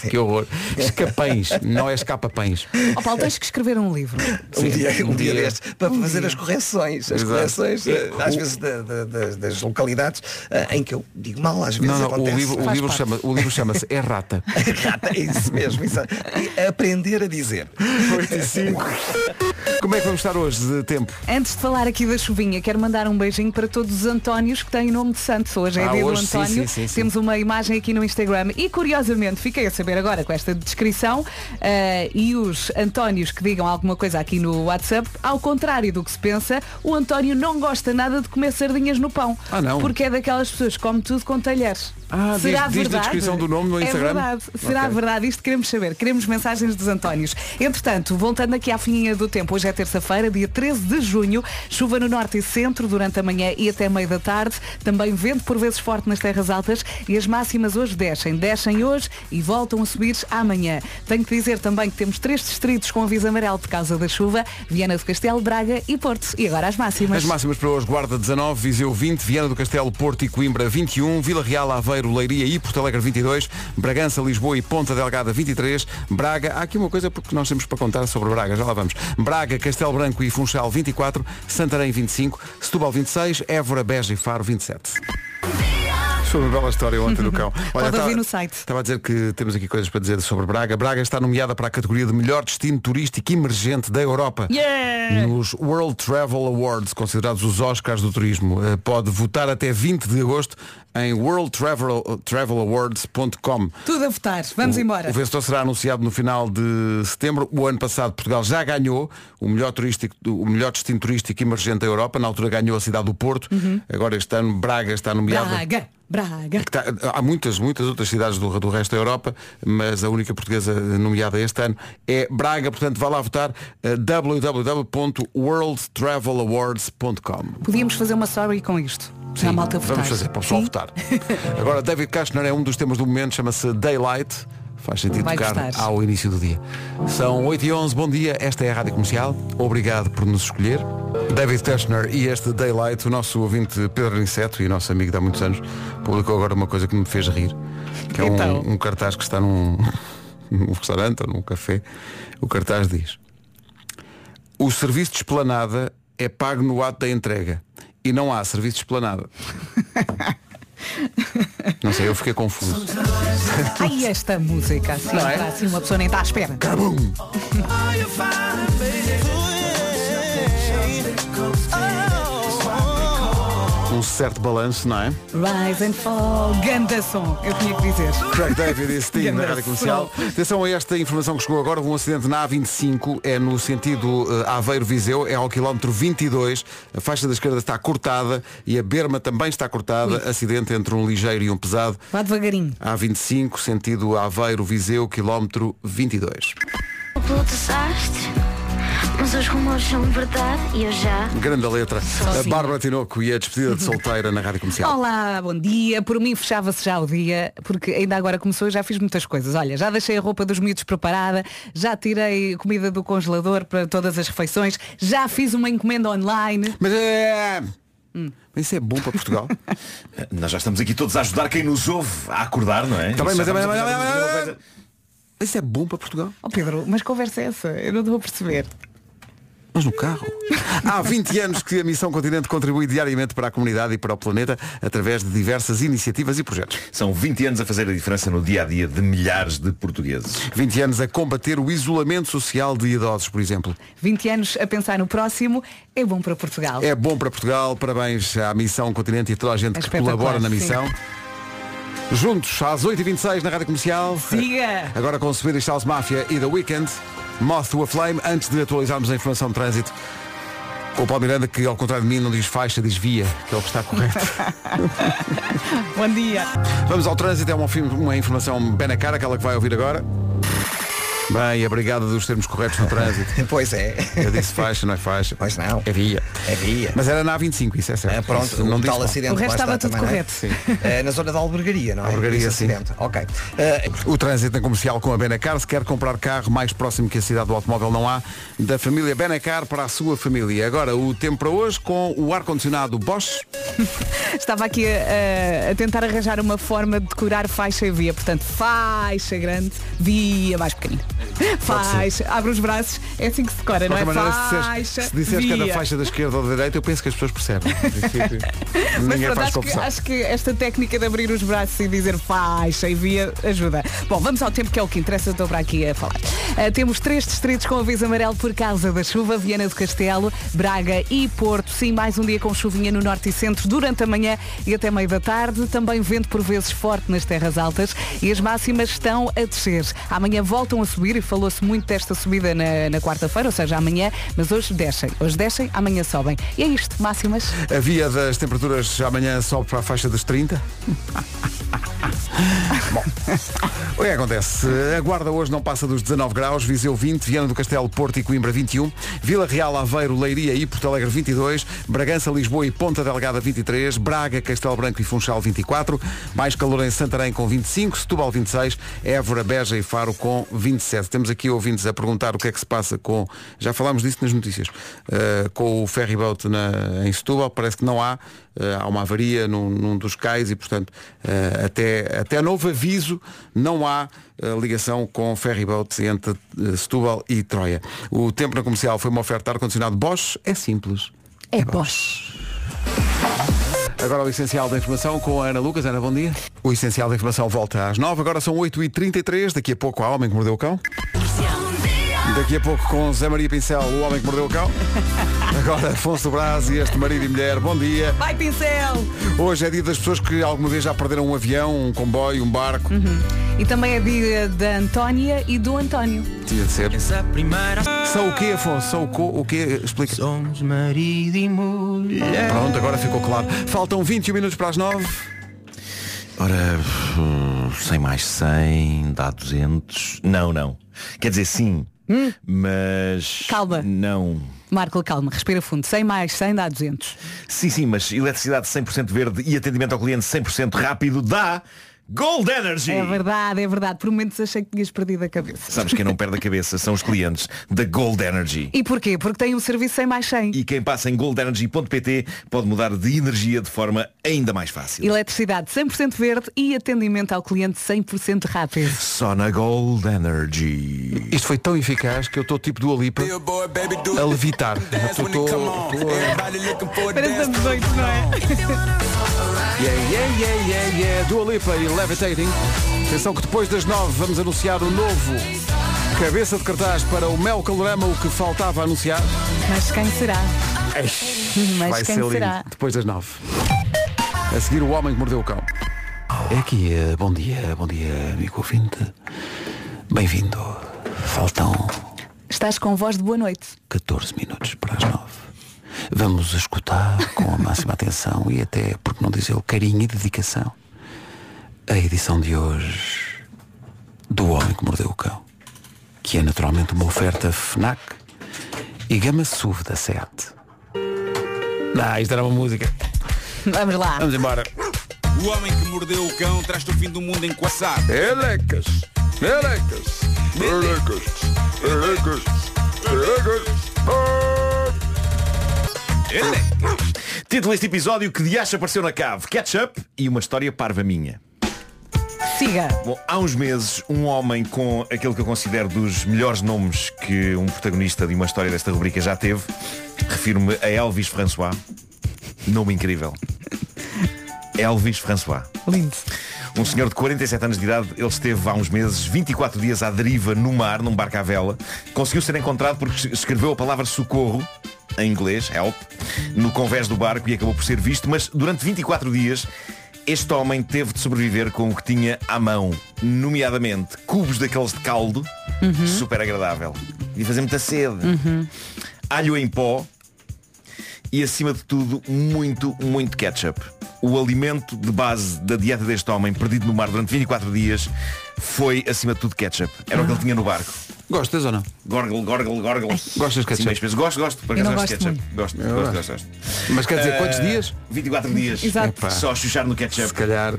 A: Que horror. Escapães, não é escapapães.
B: Oh, Paulo, tens que escrever um livro.
D: Um
A: Sim,
D: dia, um
A: um
D: dia
A: dia.
D: destes, para
B: Um
D: fazer
B: dia.
D: as correções, as
A: Exato.
D: correções, eh, às
A: O-
D: vezes da- da- das, das localidades eh, em que eu digo mal, às vezes
A: Não, não,
D: acontece.
A: o livro, o livro chama, o livro chama-se É Errata.
D: Rata, é isso mesmo, isso é- é aprender a dizer.
A: 85. Como é que vamos estar hoje de tempo?
B: Antes de falar aqui da chuvinha, quero mandar um beijinho para todos os Antónios que têm o nome de santo. Hoje é
A: Ah,
B: dia
A: hoje
B: do
A: sim,
B: António.
A: sim, sim, sim.
B: Temos uma imagem aqui no Instagram e curiosamente fiquei a saber agora com esta descrição eh, e os Antónios que digam alguma coisa aqui no WhatsApp, ao contrário do que se pensa, o António não gosta nada de comer sardinhas no pão.
A: Ah, não?
B: Porque é daquelas pessoas que come tudo com talheres.
A: Ah, diz-
B: Será
A: diz na
B: verdade?
A: descrição do nome no
B: É
A: Instagram?
B: verdade. Será
A: Ok.
B: verdade? Isto queremos saber. Queremos mensagens dos Antónios. Entretanto, voltando aqui à fininha do tempo, hoje é terça-feira, dia 13 de junho, chuva no norte e centro durante a manhã e até meio da tarde, também vento por vezes forte nas terras altas e as máximas hoje descem. Descem hoje e voltam a subir amanhã. Tenho que dizer também que temos três distritos com aviso amarelo por causa da chuva, Viana do Castelo, Braga e Porto. E agora as máximas.
A: As máximas para hoje, Guarda 19, Viseu 20, Viana do Castelo, Porto e Coimbra 21, Vila Real, Aveiro, Leiria e Porto Alegre 22, Bragança, Lisboa e Ponta Delgada 23, Braga, há aqui uma coisa porque nós temos para contar sobre Braga, já lá vamos. Braga, Castelo Branco e Funchal 24, Santarém 25, Setúbal 26, Évora, Beja e Faro 27. Foi uma bela história ontem do cão.
B: Pode
A: tá-
B: ouvir no site.
A: Estava a dizer que temos aqui coisas para dizer sobre Braga. Braga está nomeada para a categoria de melhor destino turístico emergente da Europa.
B: Yeah!
A: Nos World Travel Awards, considerados os Oscars do turismo. Eh, Pode votar até 20 de agosto em worldtravel- travelawards.com.
B: Tudo a votar. Vamos
A: O-
B: embora.
A: O vencedor será anunciado no final de setembro. O ano passado Portugal já ganhou o melhor, turístico, o melhor destino turístico emergente da Europa. Na altura ganhou a cidade do Porto.
B: Uhum.
A: Agora este ano Braga está nomeado.
B: Braga, Braga.
A: Que tá- há muitas, muitas outras cidades do, do resto da Europa, mas a única portuguesa nomeada este ano é Braga. Portanto, vá lá votar eh, www.worldtravelawards.com.
B: Podíamos fazer uma story com isto. Já a malta votar.
A: Vamos fazer para o pessoal votar. Agora, David Castner é um dos temas do momento, chama-se Daylight. Faz sentido
B: Vai
A: tocar
B: gostar.
A: ao início do dia. São 8 e 11 bom dia, esta é a Rádio Comercial. Obrigado por nos escolher. David Castner e este Daylight, o nosso ouvinte Pedro Inseto e nosso amigo de há muitos anos, publicou agora uma coisa que me fez rir, que é um,
M: Então.
A: um cartaz que está num, num restaurante ou num café. O cartaz diz O serviço de esplanada é pago no ato da entrega e não há serviço de esplanada. Não sei, eu fiquei confuso.
B: Ai, esta música, assim,
A: Não é?
B: entra assim uma pessoa nem está à espera.
A: Um certo balanço, não é?
B: Rise and fall, ganda som, eu tinha que dizer.
A: Craig David e Sting na rádio comercial. Atenção a esta informação que chegou agora. Um acidente na A25 é no sentido eh, Aveiro-Viseu, é ao quilómetro 22. A faixa da esquerda está cortada e a berma também está cortada. Acidente entre um ligeiro e um pesado.
B: Vá devagarinho.
A: A25, sentido Aveiro-Viseu, quilómetro 22.
K: Pelo desastre, mas os rumores são verdade e eu já.
A: Grande letra. A
K: Sozinha.
A: Bárbara Tinoco e a despedida de solteira na rádio comercial.
B: Olá, bom dia. Por mim fechava-se já o dia, porque ainda agora começou e já fiz muitas coisas. Olha, já deixei a roupa dos miúdos preparada, já tirei comida do congelador para todas as refeições, já fiz uma encomenda online.
A: Mas é. Mas isso é bom para Portugal.
N: Eh, Nós já estamos aqui todos a ajudar quem nos ouve a acordar, não é?
A: Tá bem,
N: Já
A: mas é- mas-
N: estamos a fazer
A: mas-
N: uma
A: mas-
N: coisa-
A: Isso é bom para Portugal.
B: Oh Pedro, mas conversa é essa? Eu não estou a perceber.
A: Mas no carro. Há 20 anos que a Missão Continente contribui diariamente para a comunidade e para o planeta através de diversas iniciativas e projetos.
N: São 20 anos a fazer a diferença no dia a dia de milhares de portugueses.
A: 20 anos a combater o isolamento social de idosos, por exemplo.
B: 20 anos a pensar no próximo é bom para Portugal.
A: É bom para Portugal. Parabéns à Missão Continente e a toda a gente
B: É
A: que
B: espetacular,
A: colabora na
B: sim.
A: missão. Juntos, às 8h26 na Rádio Comercial.
B: Siga!
A: Agora com Swedish House Mafia e The Weekend, Moth to a Flame, antes de atualizarmos a informação de trânsito, com o Paulo Miranda, que ao contrário de mim não diz faixa, diz via, que é o que está correto.
B: Bom dia.
A: Vamos ao trânsito, é uma, fi- uma informação bem na cara, aquela que vai ouvir agora. Bem, obrigada dos termos corretos no trânsito.
D: pois é.
A: Eu disse faixa, não é faixa. Pois
D: não.
A: É via.
D: É via.
A: Mas era na A25, isso é certo.
D: Ah,
A: Isso
D: pronto,
A: não
D: um
A: diz
D: tal
A: mal.
D: acidente lá está também, não é? Eh, na zona da albergaria, não é?
A: Albergaria,
D: Esse
A: sim.
D: acidente. Ok.
A: O trânsito na comercial com a Benacar. Se quer comprar carro mais próximo que a cidade do automóvel não há, da família Benacar para a sua família. Agora, o tempo para hoje com o ar-condicionado Bosch.
B: Estava aqui a, a- a tentar arranjar uma forma de decorar faixa e via. Portanto, faixa grande, via mais pequenina. Faixa, abre os braços, é assim que se decora,
A: De
B: não é?
A: qualquer maneira, se disseres,
B: faixa,
A: se disseres
B: via.
A: que é da faixa da esquerda ou da direita, eu penso que as pessoas percebem.
B: Mas
A: Ninguém
B: pronto,
A: faz
B: acho que,
A: confusão.
B: acho que esta técnica de abrir os braços e dizer faixa e via ajuda. Bom, vamos ao tempo que é o que interessa, eu estou para aqui a falar. Ah, temos três distritos com aviso amarelo por causa da chuva, Viana do Castelo, Braga e Porto. Sim, mais um dia com chuvinha no norte e centro durante a manhã e até meio da tarde. Também vento por vezes forte nas terras altas e as máximas estão a descer. Amanhã voltam a subir e falou-se muito desta subida na, na quarta-feira, ou seja, amanhã, mas hoje descem. Hoje descem, amanhã sobem. E é isto, máximas.
A: A via das temperaturas amanhã sobe para a faixa dos 30. Bom, o que acontece? A Guarda hoje não passa dos 19 graus, Viseu 20, Viana do Castelo, Porto e Coimbra 21, Vila Real, Aveiro, Leiria e Porto Alegre 22, Bragança, Lisboa e Ponta Delgada 23, Braga, Castelo Branco e Funchal 24, mais calor em Santarém com 25, Setúbal 26, Évora, Beja e Faro com 27. Temos aqui ouvintes a perguntar o que é que se passa com, já falámos disso nas notícias, eh, com o ferryboat na, em Setúbal, parece que não há, eh, há uma avaria num, num dos cais e, portanto, eh, até, até novo aviso, não há eh, ligação com ferryboat entre eh, Setúbal e Troia. O tempo na comercial foi uma oferta ar-condicionado Bosch, é simples.
B: É Bosch.
A: Agora o essencial da informação com a Ana Lucas. Ana, bom dia. O essencial da informação volta às 9, agora são 8h33, daqui a pouco há Homem que Mordeu o Cão. Daqui a pouco com Zé Maria Pincel, o homem que mordeu o cão. Agora Afonso Brás e este marido e mulher. Bom dia.
B: Vai, pincel!
A: Hoje é dia das pessoas que alguma vez já perderam um avião, um comboio, um barco.
B: E também é dia da Antónia e do António.
A: Tinha de ser. São o quê, Afonso? São o, co... o quê? Explica. Somos marido e mulher. Pronto, agora ficou claro. Faltam 21 minutos para as 9.
N: Ora, 100 mais 100 dá 200. Não, não. Quer dizer, sim. Mas.
B: Hum? Calma.
N: Não.
B: Marco, calma, respira fundo. 100 mais 100 dá 200.
N: Sim, sim, mas eletricidade 100% verde e atendimento ao cliente 100% rápido dá Gold Energy.
B: É verdade, é verdade. Por momentos achei que tinhas perdido a cabeça.
N: Sabes quem não perde a cabeça são os clientes da Gold Energy.
B: E porquê? Porque tem um serviço 100 mais 100.
N: E quem passa em goldenergy.pt pode mudar de energia de forma ainda mais fácil.
B: Eletricidade 100% verde e atendimento ao cliente 100% rápido.
N: Só na Gold Energy.
A: Isto foi tão eficaz que eu estou tipo do Alipa a levitar. Eu tô- tô-
B: Parece anos oito, não é?
A: Yeah, yeah, yeah, yeah, yeah. Dua Lipa e Levitating. Atenção que depois das nove vamos anunciar o novo cabeça de cartaz para o Mel Calorama, o que faltava anunciar.
B: Mas quem será? Mas
A: Vai
B: quem
A: ser lindo.
B: será?
A: Depois das nove. A seguir o homem que mordeu o cão. É aqui, eh, bom dia, bom dia, amigo ouvinte. Bem-vindo. Faltam
B: Estás com voz de boa noite.
A: 14 minutos para as 9. Vamos escutar com a máxima atenção e até, porque não dizer, carinho e dedicação, a edição de hoje do Homem que Mordeu o Cão, que é naturalmente uma oferta FNAC e Gama SUV da SEAT. Não, isto era uma música.
B: Vamos lá.
A: Vamos embora.
M: O homem que mordeu o cão traz-te o fim do mundo em coaçado.
A: Elecas, elecas,
M: elecas,
A: elecas,
N: Título deste episódio que de acha apareceu na cave Ketchup e uma história parva minha
B: Siga.
N: Bom, há uns meses, um homem com aquele que eu considero dos melhores nomes que um protagonista de uma história desta rubrica já teve, refiro-me a Elvis François. Nome incrível. Elvis François.
B: Lindo.
N: Um senhor de 47 anos de idade, ele esteve há uns meses 24 dias à deriva no mar, num barco à vela. Conseguiu ser encontrado porque escreveu a palavra socorro, em inglês, help, no convés do barco e acabou por ser visto, mas durante 24 dias este homem teve de sobreviver com o que tinha à mão, nomeadamente cubos daqueles de caldo, super agradável. Devia fazer muita sede. Alho em pó, e acima de tudo muito, muito ketchup. O alimento de base da dieta deste homem, perdido no mar durante 24 dias, foi acima de tudo ketchup. Era o
A: Ah.
N: que ele tinha no barco.
A: Gostas ou não?
N: Gorgle, gorgle, gorgle.
A: Gostas de ketchup?
N: Sim, mas Assim, gosto, gosto. Por
A: Eu não
N: acaso gosto de
A: gosto
N: ketchup.
A: muito.
N: Gosto,
A: Eu
N: gosto,
A: gosto.
N: gosto, gosto.
A: Mas quer dizer,
N: Eh,
A: quantos dias?
N: 24 dias.
A: Exato. Epá.
N: Só chuchar no ketchup. Se
A: calhar.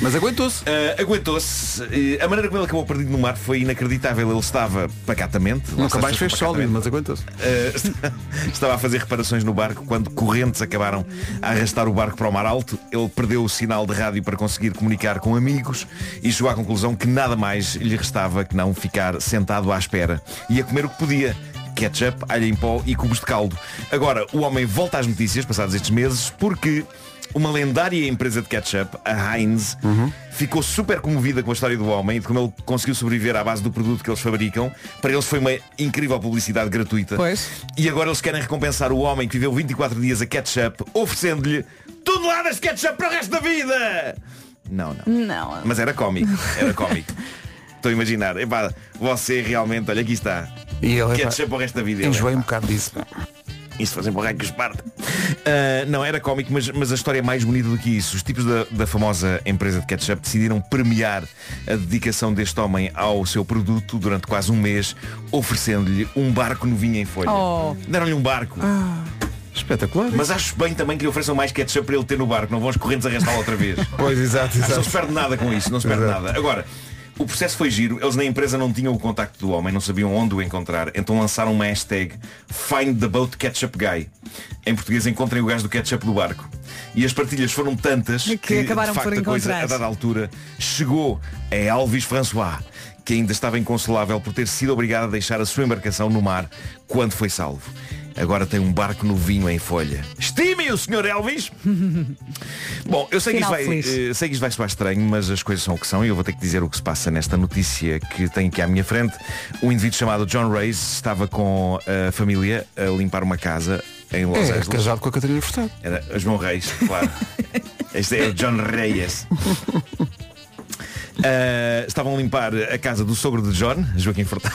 A: Mas aguentou-se.
N: aguentou-se. Eh, a maneira como ele acabou perdido no mar foi inacreditável. Ele estava pacatamente. lá
A: Nunca
N: está,
A: mais
N: esteve
A: fez sólido, mas aguentou-se.
N: Uh, está- estava a fazer reparações no barco quando correntes acabaram a arrastar o barco para o mar alto. Ele perdeu o sinal de rádio para conseguir comunicar com amigos e chegou à conclusão que nada mais lhe restava que não ficar sentado à espera e a comer o que podia. Ketchup, alho em pó e cubos de caldo. Agora, o homem volta às notícias passados estes meses porque uma lendária empresa de ketchup, a Heinz, ficou super comovida com a história do homem e de como ele conseguiu sobreviver à base do produto que eles fabricam. Para eles foi uma incrível publicidade gratuita.
B: Pois.
N: E agora eles querem recompensar o homem que viveu 24 dias a ketchup, oferecendo-lhe toneladas de ketchup para o resto da vida! Não, não.
B: Não.
N: Mas era cómico, era cómico. Estou a imaginar. Epá, você realmente, olha, aqui está.
A: E eu, epá,
N: ketchup para o resto da vida.
A: Enjoei um bocado disso.
N: Isso fazem para o raio que os parte. Ah, não, era cómico, mas, mas a história é mais bonita do que isso. Os tipos da, da famosa empresa de ketchup decidiram premiar a dedicação deste homem ao seu produto durante quase um mês, oferecendo-lhe um barco novinho em folha.
B: Oh.
N: Deram-lhe um barco.
A: Espetacular.
N: Mas acho bem também que lhe ofereçam mais ketchup para ele ter no barco, não vão as correntes arrastá-lo outra vez.
A: Pois, exato,
N: Acho que
A: exato.
N: Não se perde nada com isso, não se perde
A: Exato.
N: nada. Agora, o processo foi giro, eles na empresa não tinham o contacto do homem, não sabiam onde o encontrar, então lançaram uma hashtag Find the Boat Ketchup Guy. Em português, encontrem o gajo do ketchup do barco. E as partilhas foram tantas que,
B: acabaram
N: de facto,
B: por
N: a coisa
B: encontrar.
N: a dada altura chegou a Elvis François, que ainda estava inconsolável por ter sido obrigado a deixar a sua embarcação no mar quando foi salvo. Agora tem um barco novinho em folha. Estímio! Foi o Sr. Elvis. Bom, eu sei que, isto
O: Final
N: vai,
O: feliz.
N: eh, sei que isto vai soar estranho, mas as coisas são o que são e eu vou ter que dizer o que se passa nesta notícia que tem aqui à minha frente. Um indivíduo chamado John Reyes estava com a família a limpar uma casa em Los
A: É,
N: Angeles.
A: casado com a Catarina Furtado.
N: Era João Reis, claro. este é o John Reyes. Ah, estavam a limpar a casa do sogro de John, Joaquim Furtado.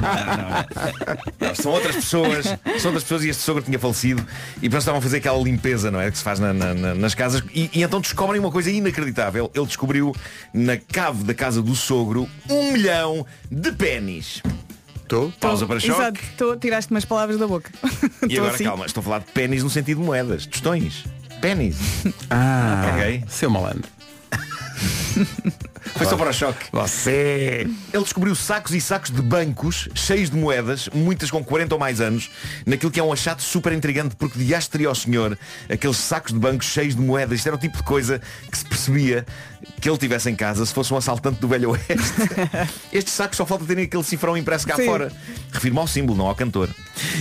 N: Não, não, não. São outras pessoas, são outras pessoas e este sogro tinha falecido e portanto estavam a fazer aquela limpeza, não é? Que se faz na- na- na- nas casas e, e então descobrem uma coisa inacreditável. Ele descobriu na cave da casa do sogro um milhão de pênis.
A: Estou?
N: Pausa para choque.
O: Exato, tô, tiraste umas palavras da boca.
N: E
A: Então,
O: Tô
N: agora
O: assim.
N: calma, estou a falar de pênis no sentido de moedas, tostões. Pênis.
A: Ah,
N: ok.
A: Seu malandro.
N: Foi só para o choque. Você. Ele descobriu sacos e sacos de bancos cheios de moedas, muitas com 40 ou mais anos, naquilo que é um achado super intrigante, porque de astre ao senhor, aqueles sacos de bancos cheios de moedas, isto era o tipo de coisa que se percebia que ele tivesse em casa se fosse um assaltante do Velho Oeste. Estes sacos só falta terem aquele cifrão impresso cá
O: Sim.
N: fora. Refirmo ao símbolo, não ao cantor.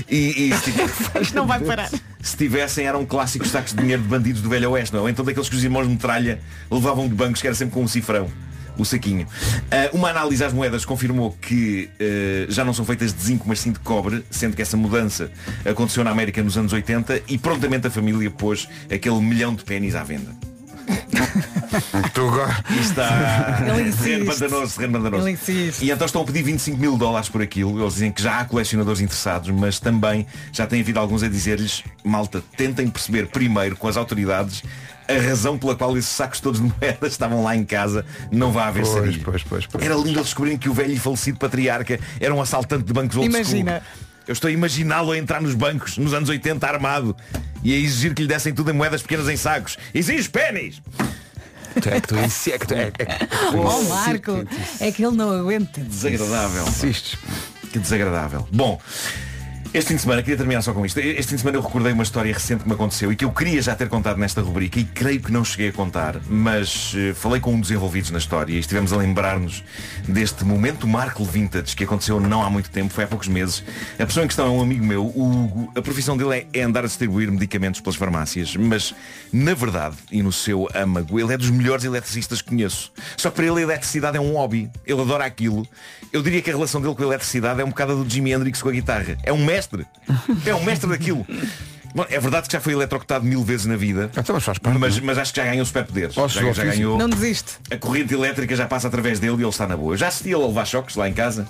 N: E, tipo, e se tivesse-
O: Isto não vai parar.
N: se tivessem eram clássicos sacos de dinheiro de bandidos do Velho Oeste, não? é? Então daqueles que os irmãos de metralha levavam de bancos, que era sempre com um cifrão, o saquinho. Ah, uma análise às moedas confirmou que eh, já não são feitas de zinco, mas sim de cobre, sendo que essa mudança aconteceu na América nos anos 80 e prontamente a família pôs aquele milhão de pênis à venda.
A: tu
N: Está
O: Ele insiste.
N: terreno pantanoso, terreno pantanoso.
O: Ele insiste.
N: E então estão a pedir 25 mil dólares por aquilo. Eles dizem que já há colecionadores interessados, mas também já tem havido alguns a dizer-lhes, malta, tentem perceber primeiro com as autoridades a razão pela qual esses sacos todos de moedas estavam lá em casa. Não vá haver
A: Pois,
N: sarilho.
A: pois, pois, pois.
N: Era lindo eles descobrirem que o velho e falecido patriarca era um assaltante de bancos old school.
O: Imagina.
N: Eu estou a imaginá-lo a entrar nos bancos nos anos 80 armado e a exigir que lhe dessem tudo em moedas pequenas em sacos. Exige pênis!
A: Tecto, insecto, é,
B: Oh, Marco, é que ele não aguenta.
N: Desagradável. pá. Que desagradável. Bom, este fim de semana, queria terminar só com isto. Este fim de semana eu recordei uma história recente que me aconteceu e que eu queria já ter contado nesta rubrica e creio que não cheguei a contar, mas eh, falei com um dos envolvidos na história e estivemos a lembrar-nos deste momento Marco Vintage que aconteceu não há muito tempo, foi há poucos meses. A pessoa em questão é um amigo meu, o Hugo. A profissão dele é é andar a distribuir medicamentos pelas farmácias, mas na verdade e no seu âmago ele é dos melhores eletricistas que conheço. Só que para ele a eletricidade é um hobby. Ele adora aquilo. Eu diria que a relação dele com a eletricidade é um bocado a do Jimi Hendrix com a guitarra. É um mestre. É um mestre daquilo. Bom, é verdade que já foi eletrocutado mil vezes na vida. mas, mas acho que já ganhou superpoderes. Já, já ganhou.
O: Não desiste.
N: A corrente elétrica já passa através dele e ele está na boa. Já assisti ele a levar choques lá em casa.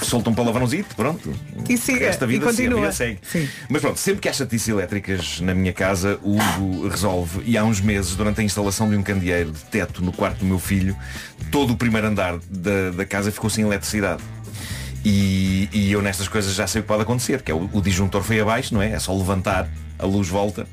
N: Solta um palavrãozinho, pronto.
O: E siga,
N: Esta vida,
O: e
N: sim, a
O: continua.
N: vida segue. Mas pronto, sempre que há chatices elétricas na minha casa, o Hugo resolve. E há uns meses, durante a instalação de um candeeiro de teto no quarto do meu filho, todo o primeiro andar da, da casa ficou sem eletricidade. E, e eu nestas coisas já sei o que pode acontecer, que é o, o disjuntor foi abaixo, não é? É só levantar, a luz volta.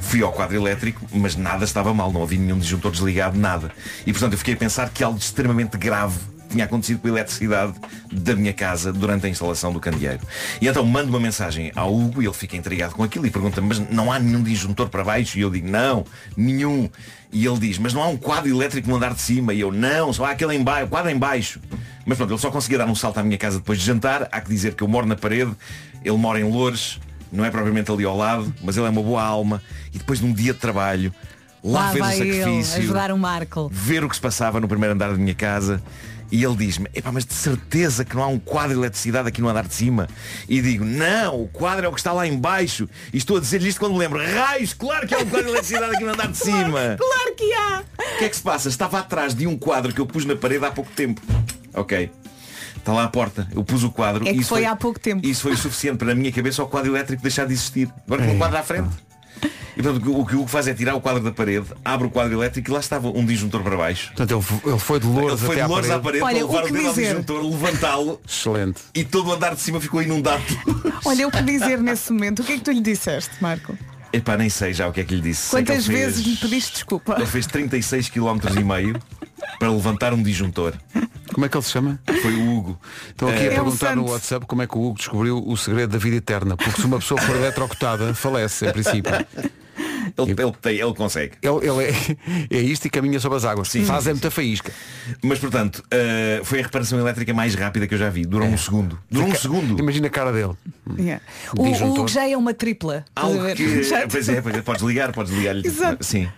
N: Fui ao quadro elétrico, mas nada estava mal, não havia nenhum disjuntor desligado, nada. E portanto eu fiquei a pensar que algo extremamente grave tinha acontecido com a eletricidade da minha casa durante a instalação do candeeiro. E então mando uma mensagem ao Hugo e ele fica intrigado com aquilo e pergunta-me, mas não há nenhum disjuntor para baixo? E eu digo, não, nenhum. E ele diz, mas não há um quadro elétrico no andar de cima? E eu, não, só há aquele em baixo, quadro em baixo. Mas pronto, ele só conseguia dar um salto à minha casa depois de jantar. Há que dizer que eu moro na parede, ele mora em Loures, não é propriamente ali ao lado, mas ele é uma boa alma. E depois de um dia de trabalho, lá, fez o
B: Ah, vai ele
N: sacrifício
B: ajudar o Marco.
N: ver o que se passava no primeiro andar da minha casa e ele diz-me, "Epá, mas de certeza que não há um quadro de eletricidade aqui no andar de cima. E digo, não, o quadro é o que está lá em baixo. E estou a dizer-lhe isto quando me lembro, raios, claro que há um quadro de eletricidade aqui no andar de cima.
O: Claro que há!
N: O que é que se passa? Estava atrás de um quadro que eu pus na parede há pouco tempo. Ok. Está lá à porta. Eu pus o quadro.
O: É
N: e
O: que
N: isso
O: foi há pouco tempo.
N: Isso foi o suficiente para na minha cabeça o quadro elétrico deixar de existir. Agora
O: É.
N: tem um quadro à frente.
O: Ah.
N: E portanto o que o Hugo faz é tirar o quadro da parede, abre o quadro elétrico e lá estava um disjuntor para baixo.
A: Portanto, ele, f- ele foi de Lourdes
N: Ele foi
A: até
N: de Lourdes
A: à
N: à
A: parede.
N: parede, para levar o dedo ao disjuntor, levantá-lo
A: Excelente.
N: e todo o andar de cima ficou inundado.
O: Olha, eu que dizer nesse momento, o que é que tu lhe disseste, Marco?
N: Epá, nem sei já o que é que lhe disse. Sei que
O: Quantas
N: ele
O: vezes
N: fez-
O: me pediste desculpa?
N: Ele fez 36 km e meio para levantar um disjuntor.
A: Como é que ele se chama?
N: Foi o Hugo.
A: Estão aqui
N: É
A: a
N: um
A: perguntar no
N: santo.
A: WhatsApp como é que o Hugo descobriu o segredo da vida eterna. Porque se uma pessoa for eletrocutada, falece, em princípio.
N: Ele, ele, tem- ele consegue.
A: Ele, ele é, é isto e caminha sobre as águas. Faz é muita faísca.
N: Mas portanto, uh, foi a reparação elétrica mais rápida que eu já vi. Durou um segundo. Durou um segundo.
A: Imagina a cara dele.
B: Yeah. O,
N: Diz-me,
B: o
N: doutor.
B: que já é uma tripla. estás a
N: Algo
B: ver?
N: que,
B: Já-
N: pois é, pois é, podes ligar, podes ligar-lhe. tipo,
B: Exato.
N: Sim.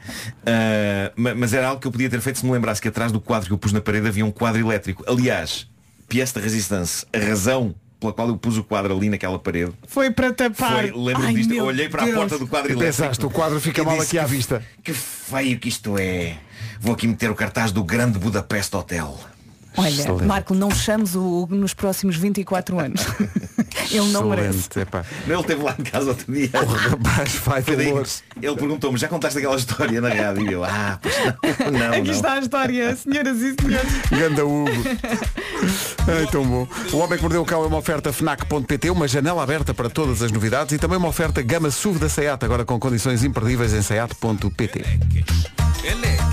N: Ah, ma- mas era algo que eu podia ter feito se me lembrasse que atrás do quadro que eu pus na parede havia um quadro elétrico. Aliás, pièce de resistência, a razão pela qual eu pus o quadro ali naquela parede
O: Foi para tapar.
N: foi, lembro-me
O: Ai,
N: disto, eu
O: meu
N: olhei para a
O: Deus.
N: porta do quadro
A: E
N: elétrico.
A: pensaste, o quadro fica
N: e
A: mal
N: disse
A: aqui à
N: que-
A: vista.
N: Que feio que isto é. Vou aqui meter o cartaz do Grande Budapeste Hotel.
B: Olha,
N: Excelente.
B: Marco, não chames o Hugo nos próximos 24 anos. Ele não merece.
N: Ele esteve lá em casa outro dia. O
A: rapaz vai
N: Dolores. Ele perguntou-me, já contaste aquela história na rádio? E eu, ah, pois não. não,
O: Aqui
N: não.
O: está a história, senhoras e senhores.
A: Ganda Hugo. Ai, tão bom. O Homem que Mordeu o Cão é uma oferta FNAC.pt, uma janela aberta para todas as novidades e também uma oferta gama SUV da SEAT, agora com condições imperdíveis em SEAT.pt.
E: Elecas,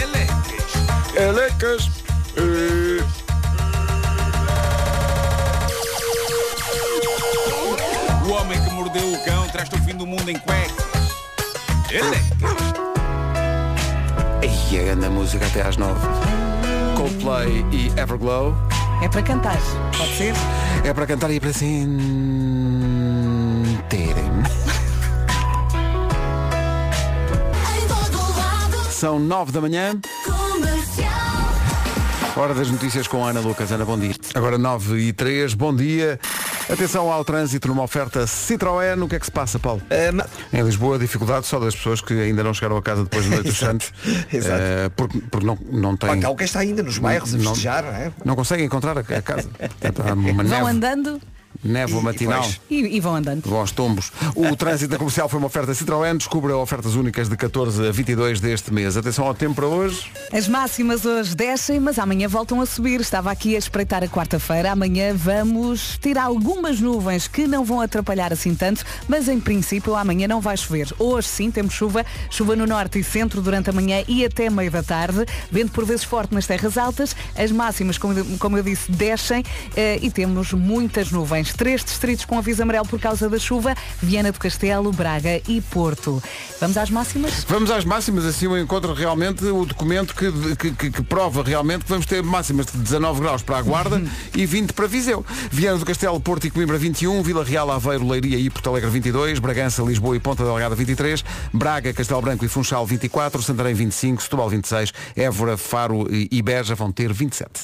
E: elecas.
A: Elecas.
M: O homem que mordeu o cão traz-te o fim do mundo em cuecas.
A: E a grande música até às nove. Coldplay e Everglow.
B: É para cantar, pode ser?
A: É para cantar e para sentir. São nove da manhã. Hora das notícias com a Ana Lucas. Ana, bom dia. Agora 9 e 3, bom dia. Atenção ao trânsito numa oferta Citroën. O que é que se passa, Paulo? Em Lisboa, dificuldade só das pessoas que ainda não chegaram a casa depois da noite dos Santos.
D: Exato.
A: Eh, porque, porque não, não têm...
D: Há alguém que está ainda nos bairros a
A: não,
D: festejar, não é?
A: não conseguem encontrar a, a casa. Portanto, há uma
B: Vão
A: neve,
B: andando
A: névoa matinal.
B: e, e vão andando.
A: Vão aos tombos. O trânsito da comercial foi uma oferta Citroën. Descubra ofertas únicas de 14 a 22 deste mês. Atenção ao tempo para hoje.
B: As máximas hoje descem, mas amanhã voltam a subir. Estava aqui a espreitar a quarta-feira. Amanhã vamos ter algumas nuvens que não vão atrapalhar assim tanto, mas em princípio amanhã não vai chover. Hoje sim temos chuva, chuva no norte e centro durante a manhã e até meio da tarde. Vento por vezes forte nas terras altas. As máximas, como, como eu disse, descem eh, e temos muitas nuvens. Três distritos com aviso amarelo por causa da chuva. Viana do Castelo, Braga e Porto. Vamos às máximas?
A: Vamos às máximas, assim eu encontro realmente o documento que, que- que- que prova realmente que vamos ter máximas de 19 graus para a Guarda e 20 para Viseu. Viana do Castelo, Porto e Coimbra 21, Vila Real, Aveiro, Leiria e Porto Alegre 22, Bragança, Lisboa e Ponta Delgada 23, Braga, Castelo Branco e Funchal 24, Santarém 25, Setúbal 26, Évora, Faro e e Beja vão ter 27.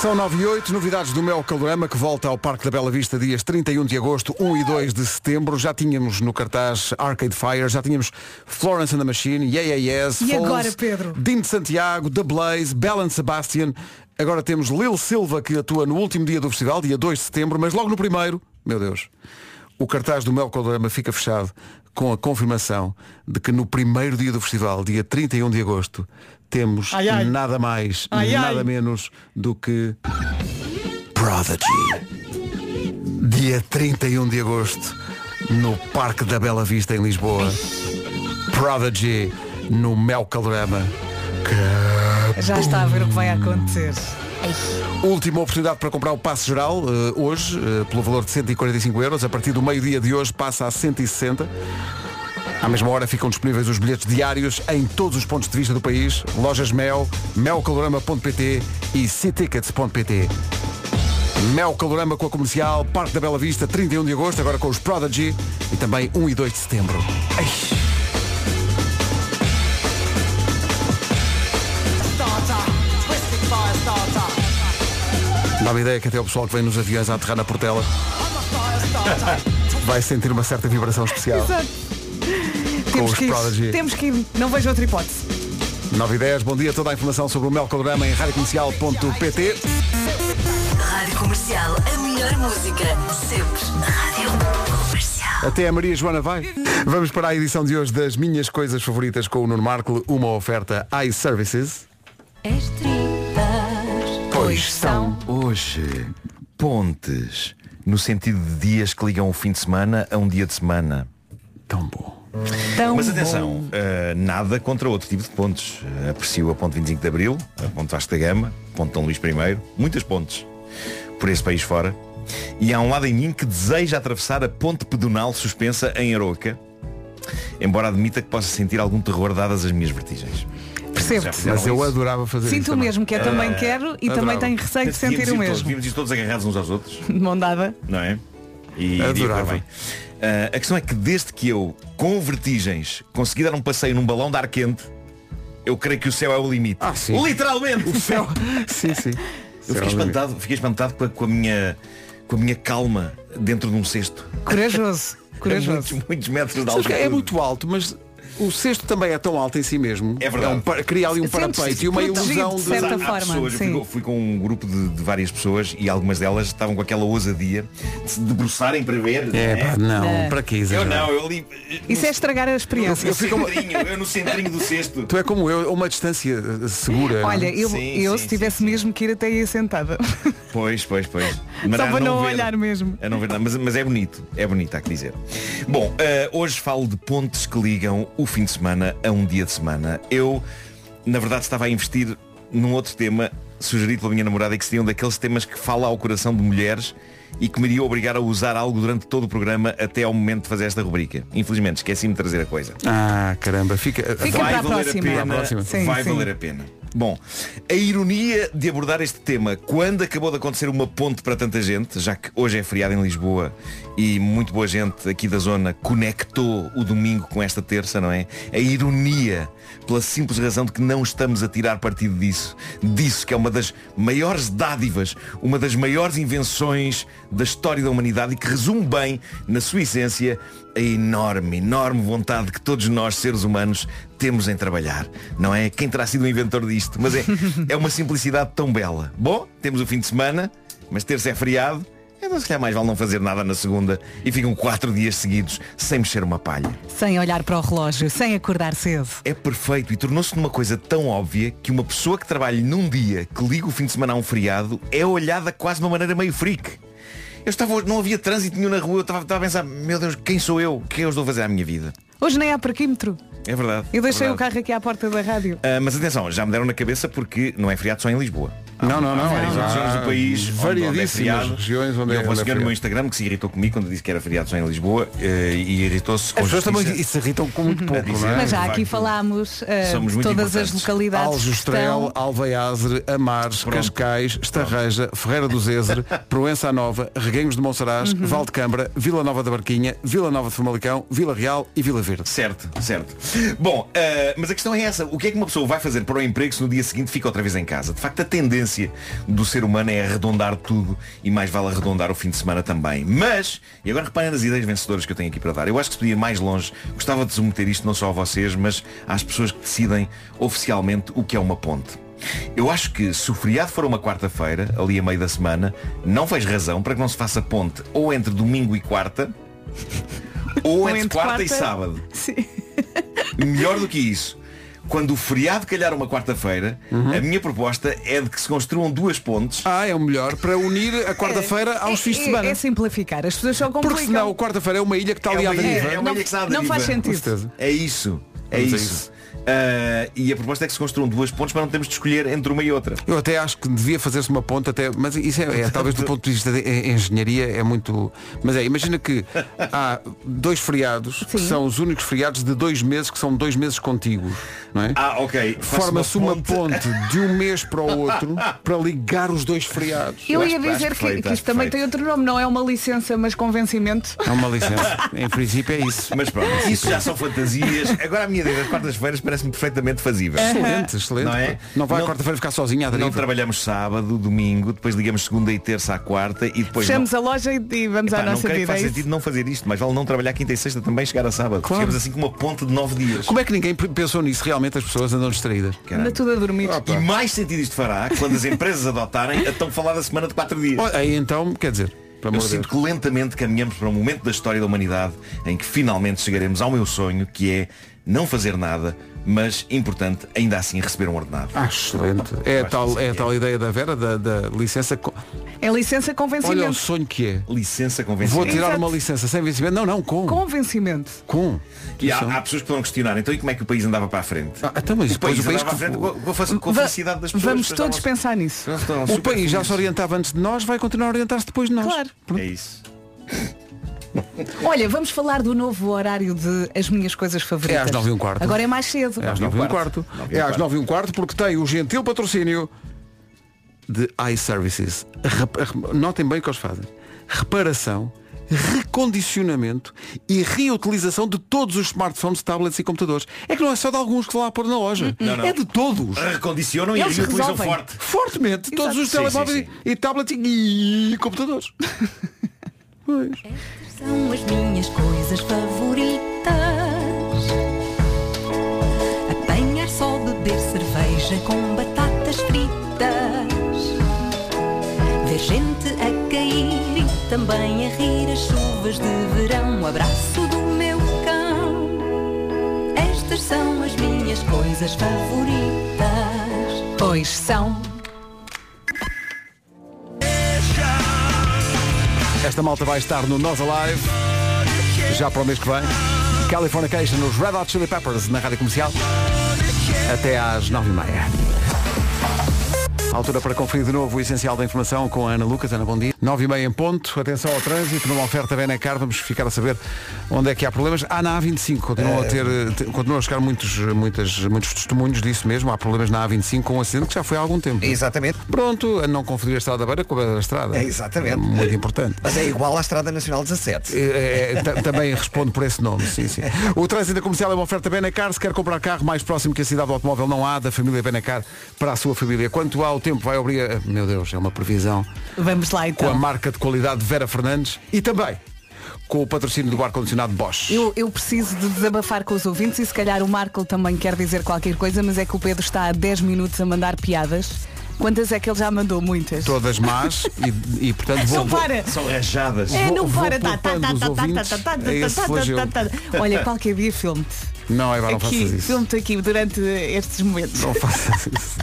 A: São 9 e 8, novidades do Mel Calorama que volta ao Parque da Bela Vista dias 31 de agosto, 1 e 2 de setembro. Já tínhamos no cartaz Arcade Fire, já tínhamos Florence and the Machine, Yeah Yeah Yes,
O: E
A: Falls,
O: agora, Pedro?
A: Dino de Santiago, The Blaze, Bell and Sebastian. Agora temos Lil Silva que atua no último dia do festival, dia 2 de setembro, mas logo no primeiro, meu Deus, o cartaz do Mel Calorama fica fechado com a confirmação de que no primeiro dia do festival, dia 31 de agosto, temos
O: Ai, ai.
A: nada mais,
O: Ai, ai.
A: nada menos do que Prodigy. Dia 31 de agosto, no Parque da Bela Vista, em Lisboa. Prodigy, no Mel Calorama.
B: Já está a ver o que vai acontecer.
A: Última oportunidade para comprar o passe geral, eh, hoje, eh, pelo valor de 145 euros. A partir do meio-dia de hoje passa a 160. À mesma hora ficam disponíveis os bilhetes diários em todos os pontos de vista do país. Lojas Mel, melcalorama.pt e ctickets.pt. Mel Calorama com a comercial, Parque da Bela Vista, 31 de agosto, agora com os Prodigy e também 1 e 2 de setembro. Ai. Dá-me ideia que até o pessoal que vem nos aviões a aterrar na Portela vai sentir uma certa vibração especial.
O: Exato.
A: os
B: Temos que,
A: Prodigy.
B: ir. Temos que ir. Não vejo outra hipótese.
A: 9 e 10, bom dia, toda a informação sobre o Melcodrama em radiocomercial.pt
C: Rádio Comercial, a melhor música. Sempre. Rádio Comercial.
A: Até a Maria Joana vai. Vamos para a edição de hoje das minhas coisas favoritas com o Nuno Marco, uma oferta iServices.
N: Pois são. Hoje, pontes, no sentido de dias que ligam o fim de semana a um dia de semana.
A: Tão bom.
B: Tão
N: Mas
B: bom.
N: atenção, eh, nada contra outro tipo de pontes. Eh, aprecio a ponte 25 de Abril, a ponte Vasco da Gama, a ponte Dom Luís I, muitas pontes por esse país fora. E há um lado em mim que deseja atravessar a ponte pedonal suspensa em Aroca, embora admita que possa sentir algum terror dadas as minhas vertigens. Já
B: Percebo-te.
N: fizeram
A: Mas eu
N: isso?
A: adorava fazer
B: Sinto
A: isso
B: o mesmo, que eu também
N: Ah,
B: quero e
N: adorava.
B: também tenho receio de
N: Portanto,
B: sentir o
N: devíamos ir todos-
B: mesmo.
N: Devíamos ir todos agarrados uns aos outros,
B: De mão dada.
N: não é? E
A: Adorava.
N: e ia correr bem. Ah, a questão é que desde que eu, com vertigens, consegui dar um passeio num balão de ar quente, eu creio que o céu é o limite. Ah,
A: sim.
N: Literalmente!
A: O céu. é sim, sim.
N: Eu fiquei espantado, fiquei espantado com, a, com a minha, com a minha calma dentro de um cesto. É
B: Corajoso.
N: A
B: Corajoso.
N: muitos, muitos metros de
A: é. Sabes que
N: altura.
A: É muito alto, mas o cesto também é tão alto em si mesmo. É
N: verdade.
A: um par- cria ali um parapeito e uma ilusão de.
N: Mas há- há pessoas, eu fui, com- fui com um grupo de, de várias pessoas e algumas delas estavam com aquela ousadia de se debruçarem para ver.
A: É, pá, não,
B: É.
A: para que
N: Eu
A: exagerar?
N: não, eu ali.
B: Isso é estragar a experiência.
N: Eu fico centrinho, eu no centrinho do cesto.
A: Tu é como eu, a uma distância eh, segura.
B: Olha, eu,
N: Sim,
B: eu
N: sim,
B: se tivesse mesmo que ir até aí sentada.
N: Pois, pois, pois.
B: Só
N: a
B: para não
N: ver-
B: olhar mesmo.
N: a não ver nada, mas, mas é bonito, é bonito, há que dizer. Bom, eh, hoje falo de pontes que ligam o fim de semana a um dia de semana. Eu, na verdade, estava a investir num outro tema sugerido pela minha namorada e que seria um daqueles temas que fala ao coração de mulheres e que me iria obrigar a usar algo durante todo o programa até ao momento de fazer esta rubrica. Infelizmente, esqueci-me de trazer a coisa
A: Ah, caramba, fica.
N: vai valer a pena, vai valer a pena. Bom, a ironia de abordar este tema quando acabou de acontecer uma ponte para tanta gente, já que hoje é feriado em Lisboa e muito boa gente aqui da zona conectou o domingo com esta terça, não é? A ironia, pela simples razão de que não estamos a tirar partido disso, disso que é uma das maiores dádivas, uma das maiores invenções da história da humanidade e que resume bem, na sua essência, a enorme, enorme vontade que todos nós, seres humanos, temos em trabalhar. Não é quem terá sido o inventor disto, mas é, é uma simplicidade tão bela. Bom, temos o fim de semana, mas terça é feriado, então se calhar mais vale não fazer nada na segunda e ficam quatro dias seguidos sem mexer uma palha.
B: Sem olhar para o relógio, sem acordar cedo.
N: É perfeito e tornou-se numa coisa tão óbvia que uma pessoa que trabalhe num dia que liga o fim de semana a um feriado é olhada quase de uma maneira meio freak. Eu estava, hoje- não havia trânsito nenhum na rua, eu estava, estava a pensar, meu Deus, quem sou eu? O que é que eu estou a fazer à minha vida?
B: Hoje nem há parquímetro.
N: É verdade.
B: Eu
N: é
B: deixei um
N: verdade.
B: o carro aqui à porta da rádio.
N: Ah, mas atenção, já me deram na cabeça porque não é feriado só em Lisboa. Há-
A: Não, não,
N: há
A: não.
N: várias
A: Há
N: regiões do país onde- onde é
A: variedíssimas
N: feriado.
A: regiões onde é-
N: E houve uma
A: onde é
N: senhora no
A: feriado.
N: meu Instagram que se irritou comigo quando disse que era feriado só em Lisboa eh, e irritou-se com
A: As pessoas
N: justiça.
A: também se irritam com muito pouco, não é?
B: Mas já
N: Ah, de
B: aqui
N: facto,
B: falámos eh,
N: somos
B: de
N: muito
B: todas as
N: importantes.
B: localidades. que
A: Aljustrel,
B: estão-
A: Alveiazre, Amares, Cascais, Estarreja, Ferreira do Zezer, Proença Nova, Reguengos de Monsaraz, Valdecambra, Vila Nova da Barquinha, Vila Nova de Famalicão, Vila Real e Vila Verde.
N: Certo, certo. Bom, ah, mas a questão é essa. O que é que uma pessoa vai fazer para o emprego se no dia seguinte fica outra vez em casa? De facto, a tendência do ser humano é arredondar tudo e mais vale arredondar o fim de semana também. Mas, e agora reparem nas ideias vencedoras que eu tenho aqui para dar. Eu acho que se podia ir mais longe. Gostava de submeter isto não só a vocês, mas às pessoas que decidem oficialmente o que é uma ponte. Eu acho que se o feriado for uma quarta-feira, ali a meio da semana, não fez razão para que não se faça ponte ou entre domingo e quarta, ou entre, quarta e sábado. Melhor do que isso, quando o feriado calhar uma quarta-feira,
A: Uhum.
N: a minha proposta é de que se construam duas pontes.
A: Ah, é o melhor para unir a quarta-feira aos fins de
B: É,
A: semana.
B: é simplificar. As pessoas só complicam.
A: Porque senão quarta-feira é uma ilha que está ali
N: é
A: à
N: uma ilha-
A: deriva.
N: é uma
B: Não-
N: ilha que está à
B: não
N: deriva.
B: faz sentido. Com
A: certeza.
N: É isso. É
A: Vamos
N: isso.
A: a isso.
N: Ah, e a proposta é que se construam duas pontes para não termos de escolher entre uma e outra.
A: Eu até acho que devia fazer-se uma ponte até, mas isso é, é, talvez do ponto de vista de en- engenharia é muito. Mas é, imagina que há dois feriados que
B: Sim.
A: são os únicos feriados de dois meses que são dois meses contíguos, não é?
N: Ah, ok. Faço
A: Forma-se uma ponte de um mês para o outro para ligar os dois feriados.
B: Eu ia dizer que, que isto também tem outro nome, não é uma licença, mas com vencimento.
A: É uma licença. Em princípio é isso.
N: Mas pronto, isso já são fantasias. Agora a minha ideia das quartas-feiras parece-me perfeitamente fazível.
A: Excelente, excelente.
N: Não é?
A: Não vai à
N: Não-
A: quarta-feira ficar sozinha à deriva.
N: Não trabalhamos sábado, domingo, depois ligamos segunda e terça à quarta e depois. não-
O: Fechamos a loja e e vamos
N: Epá,
O: à
N: não
O: nossa
N: creio que
O: vida.
N: faz
O: é isso?
N: sentido não fazer isto, mas vale não trabalhar quinta e sexta também chegar a sábado.
A: Claro.
N: Ficamos assim com uma ponte de nove dias.
A: Como é que ninguém pensou nisso? Realmente as pessoas andam distraídas.
N: Caralho.
B: tudo a dormir.
N: E mais sentido isto fará quando as empresas adotarem a tão falada semana de quatro dias.
A: Olha, Aí então, quer dizer, para
N: Eu
A: amor de Deus.
N: sinto que lentamente caminhamos para um momento da história da humanidade em que finalmente chegaremos ao meu sonho, que é não fazer nada, mas, importante, ainda assim receber um ordenado.
A: Ah, excelente. É a tal, é a tal ideia da Vera, da, da licença. co-
B: É licença com
A: Olha o
B: vencimento.
A: sonho que é.
N: Licença com
A: Vou
N: vencimento.
A: tirar uma licença sem vencimento. Não, não, com.
B: Com vencimento.
A: Com.
N: E há, há pessoas que vão questionar, então e como é que o país andava para a frente?
A: Ah, então, mas
N: o país
A: depois o país
N: andava para a frente com, com a fac- com a
B: Va-
N: felicidade das pessoas.
B: Vamos
N: As pessoas
B: todos
N: estavam-
B: pensar nisso.
N: as pessoas estavam
A: O
N: super
A: país já
N: felizes.
A: se orientava antes de nós, vai continuar a orientar-se depois de nós.
B: Claro.
N: É isso.
B: Olha, vamos falar do novo horário de As Minhas Coisas Favoritas.
A: É às nove e um quarto.
B: Agora é mais cedo.
A: É às 9 e um quarto. É às 9 e um quarto porque tem o gentil patrocínio de iServices. Rep- rep- Notem bem o que eles fazem. Reparação, recondicionamento e reutilização de todos os smartphones, tablets e computadores. É que não é só de alguns que vão lá pôr na loja.
N: Não, não.
A: É de todos.
N: Recondicionam e
A: Eles
N: reutilizam
A: resolvem.
N: forte.
A: Fortemente. Todos
N: Exato.
A: os
N: Sim,
A: telemóveis
N: sim,
A: e- e tablets e, e computadores. Pois.
P: São as minhas coisas favoritas. Apanhar só beber cerveja com batatas fritas. Ver gente a cair e também a rir as chuvas de verão. O abraço do meu cão. Estas são as minhas coisas favoritas.
B: Pois são.
A: Esta malta vai estar no Nós Alive já para o mês que vem. Californication nos Red Hot Chili Peppers na rádio comercial até às 9h30. Altura para conferir de novo o essencial da informação com a Ana Lucas. Ana, bom dia. 9h30 em ponto. Atenção ao trânsito. Numa oferta Benacar, vamos ficar a saber onde é que há problemas. Ah, na A25
D: É.
A: continuam a, ter, eh, te- continuam a chegar muitos, muitas, muitos testemunhos disso mesmo. Há problemas na A25 com um acidente que já foi há algum tempo.
D: Exatamente.
A: Pronto, a não confundir a Estrada da Beira com a Beira da Estrada.
D: É, exatamente.
A: Muito importante.
D: Mas é igual à Estrada Nacional 17.
A: É, é, ta- também respondo por esse nome, sim, sim. O trânsito da comercial é uma oferta Benacar. Se quer comprar carro mais próximo que a cidade do automóvel, não há da família Benacar para a sua família. Quanto ao tempo, vai obrigar. Meu Deus, é uma previsão.
B: Vamos lá
A: Com a
B: então.
A: marca de qualidade de Vera Fernandes e também com o patrocínio do ar-condicionado Bosch.
B: Eu, eu preciso de desabafar com os ouvintes e se calhar o Marco também quer dizer qualquer coisa, mas é que o Pedro está há 10 minutos a mandar piadas. Quantas é que ele já mandou? Muitas.
A: Todas más e, e, portanto
B: Não
A: vou, vou-
B: para.
N: São rajadas.
B: É,
A: Vou-
B: não
A: vou
B: para. Tá, tá,
A: poupando
B: tá,
A: os
B: tá, tá,
A: ouvintes
B: tá, tá, tá,
A: a esse
B: tá, tá,
A: flagelo.
B: tá, tá. Olha, qualquer dia filme-te.
A: Não, Eva, não
B: aqui,
A: faças isso.
B: filme-te aqui durante estes momentos.
A: Não faças isso.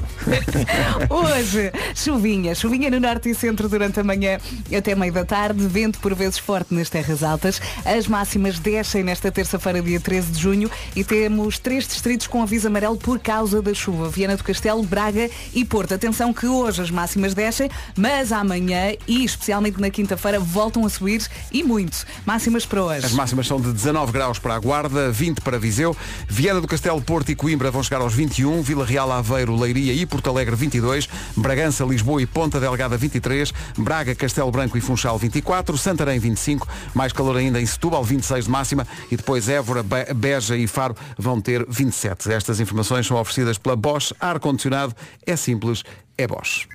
B: Hoje, chuvinha. Chuvinha no norte e centro durante a manhã até meio da tarde. Vento por vezes forte nas terras altas. As máximas descem nesta terça-feira, dia 13 de junho. E temos três distritos com aviso amarelo por causa da chuva. Viana do Castelo, Braga e Porto. Atenção que hoje as máximas descem, mas amanhã e especialmente na quinta-feira voltam a subir e muito. Máximas para hoje.
A: As máximas são de 19 graus para a Guarda, 20 para Viseu, Viana do Castelo, Porto e Coimbra vão chegar aos 21, Vila Real, Aveiro, Leiria e Porto Alegre 22, Bragança, Lisboa e Ponta Delgada 23, Braga, Castelo Branco e Funchal 24, Santarém 25, mais calor ainda em Setúbal 26 de máxima e depois Évora, Be- Beja e Faro vão ter 27. Estas informações são oferecidas pela Bosch Ar-condicionado, é simples, é Bosch.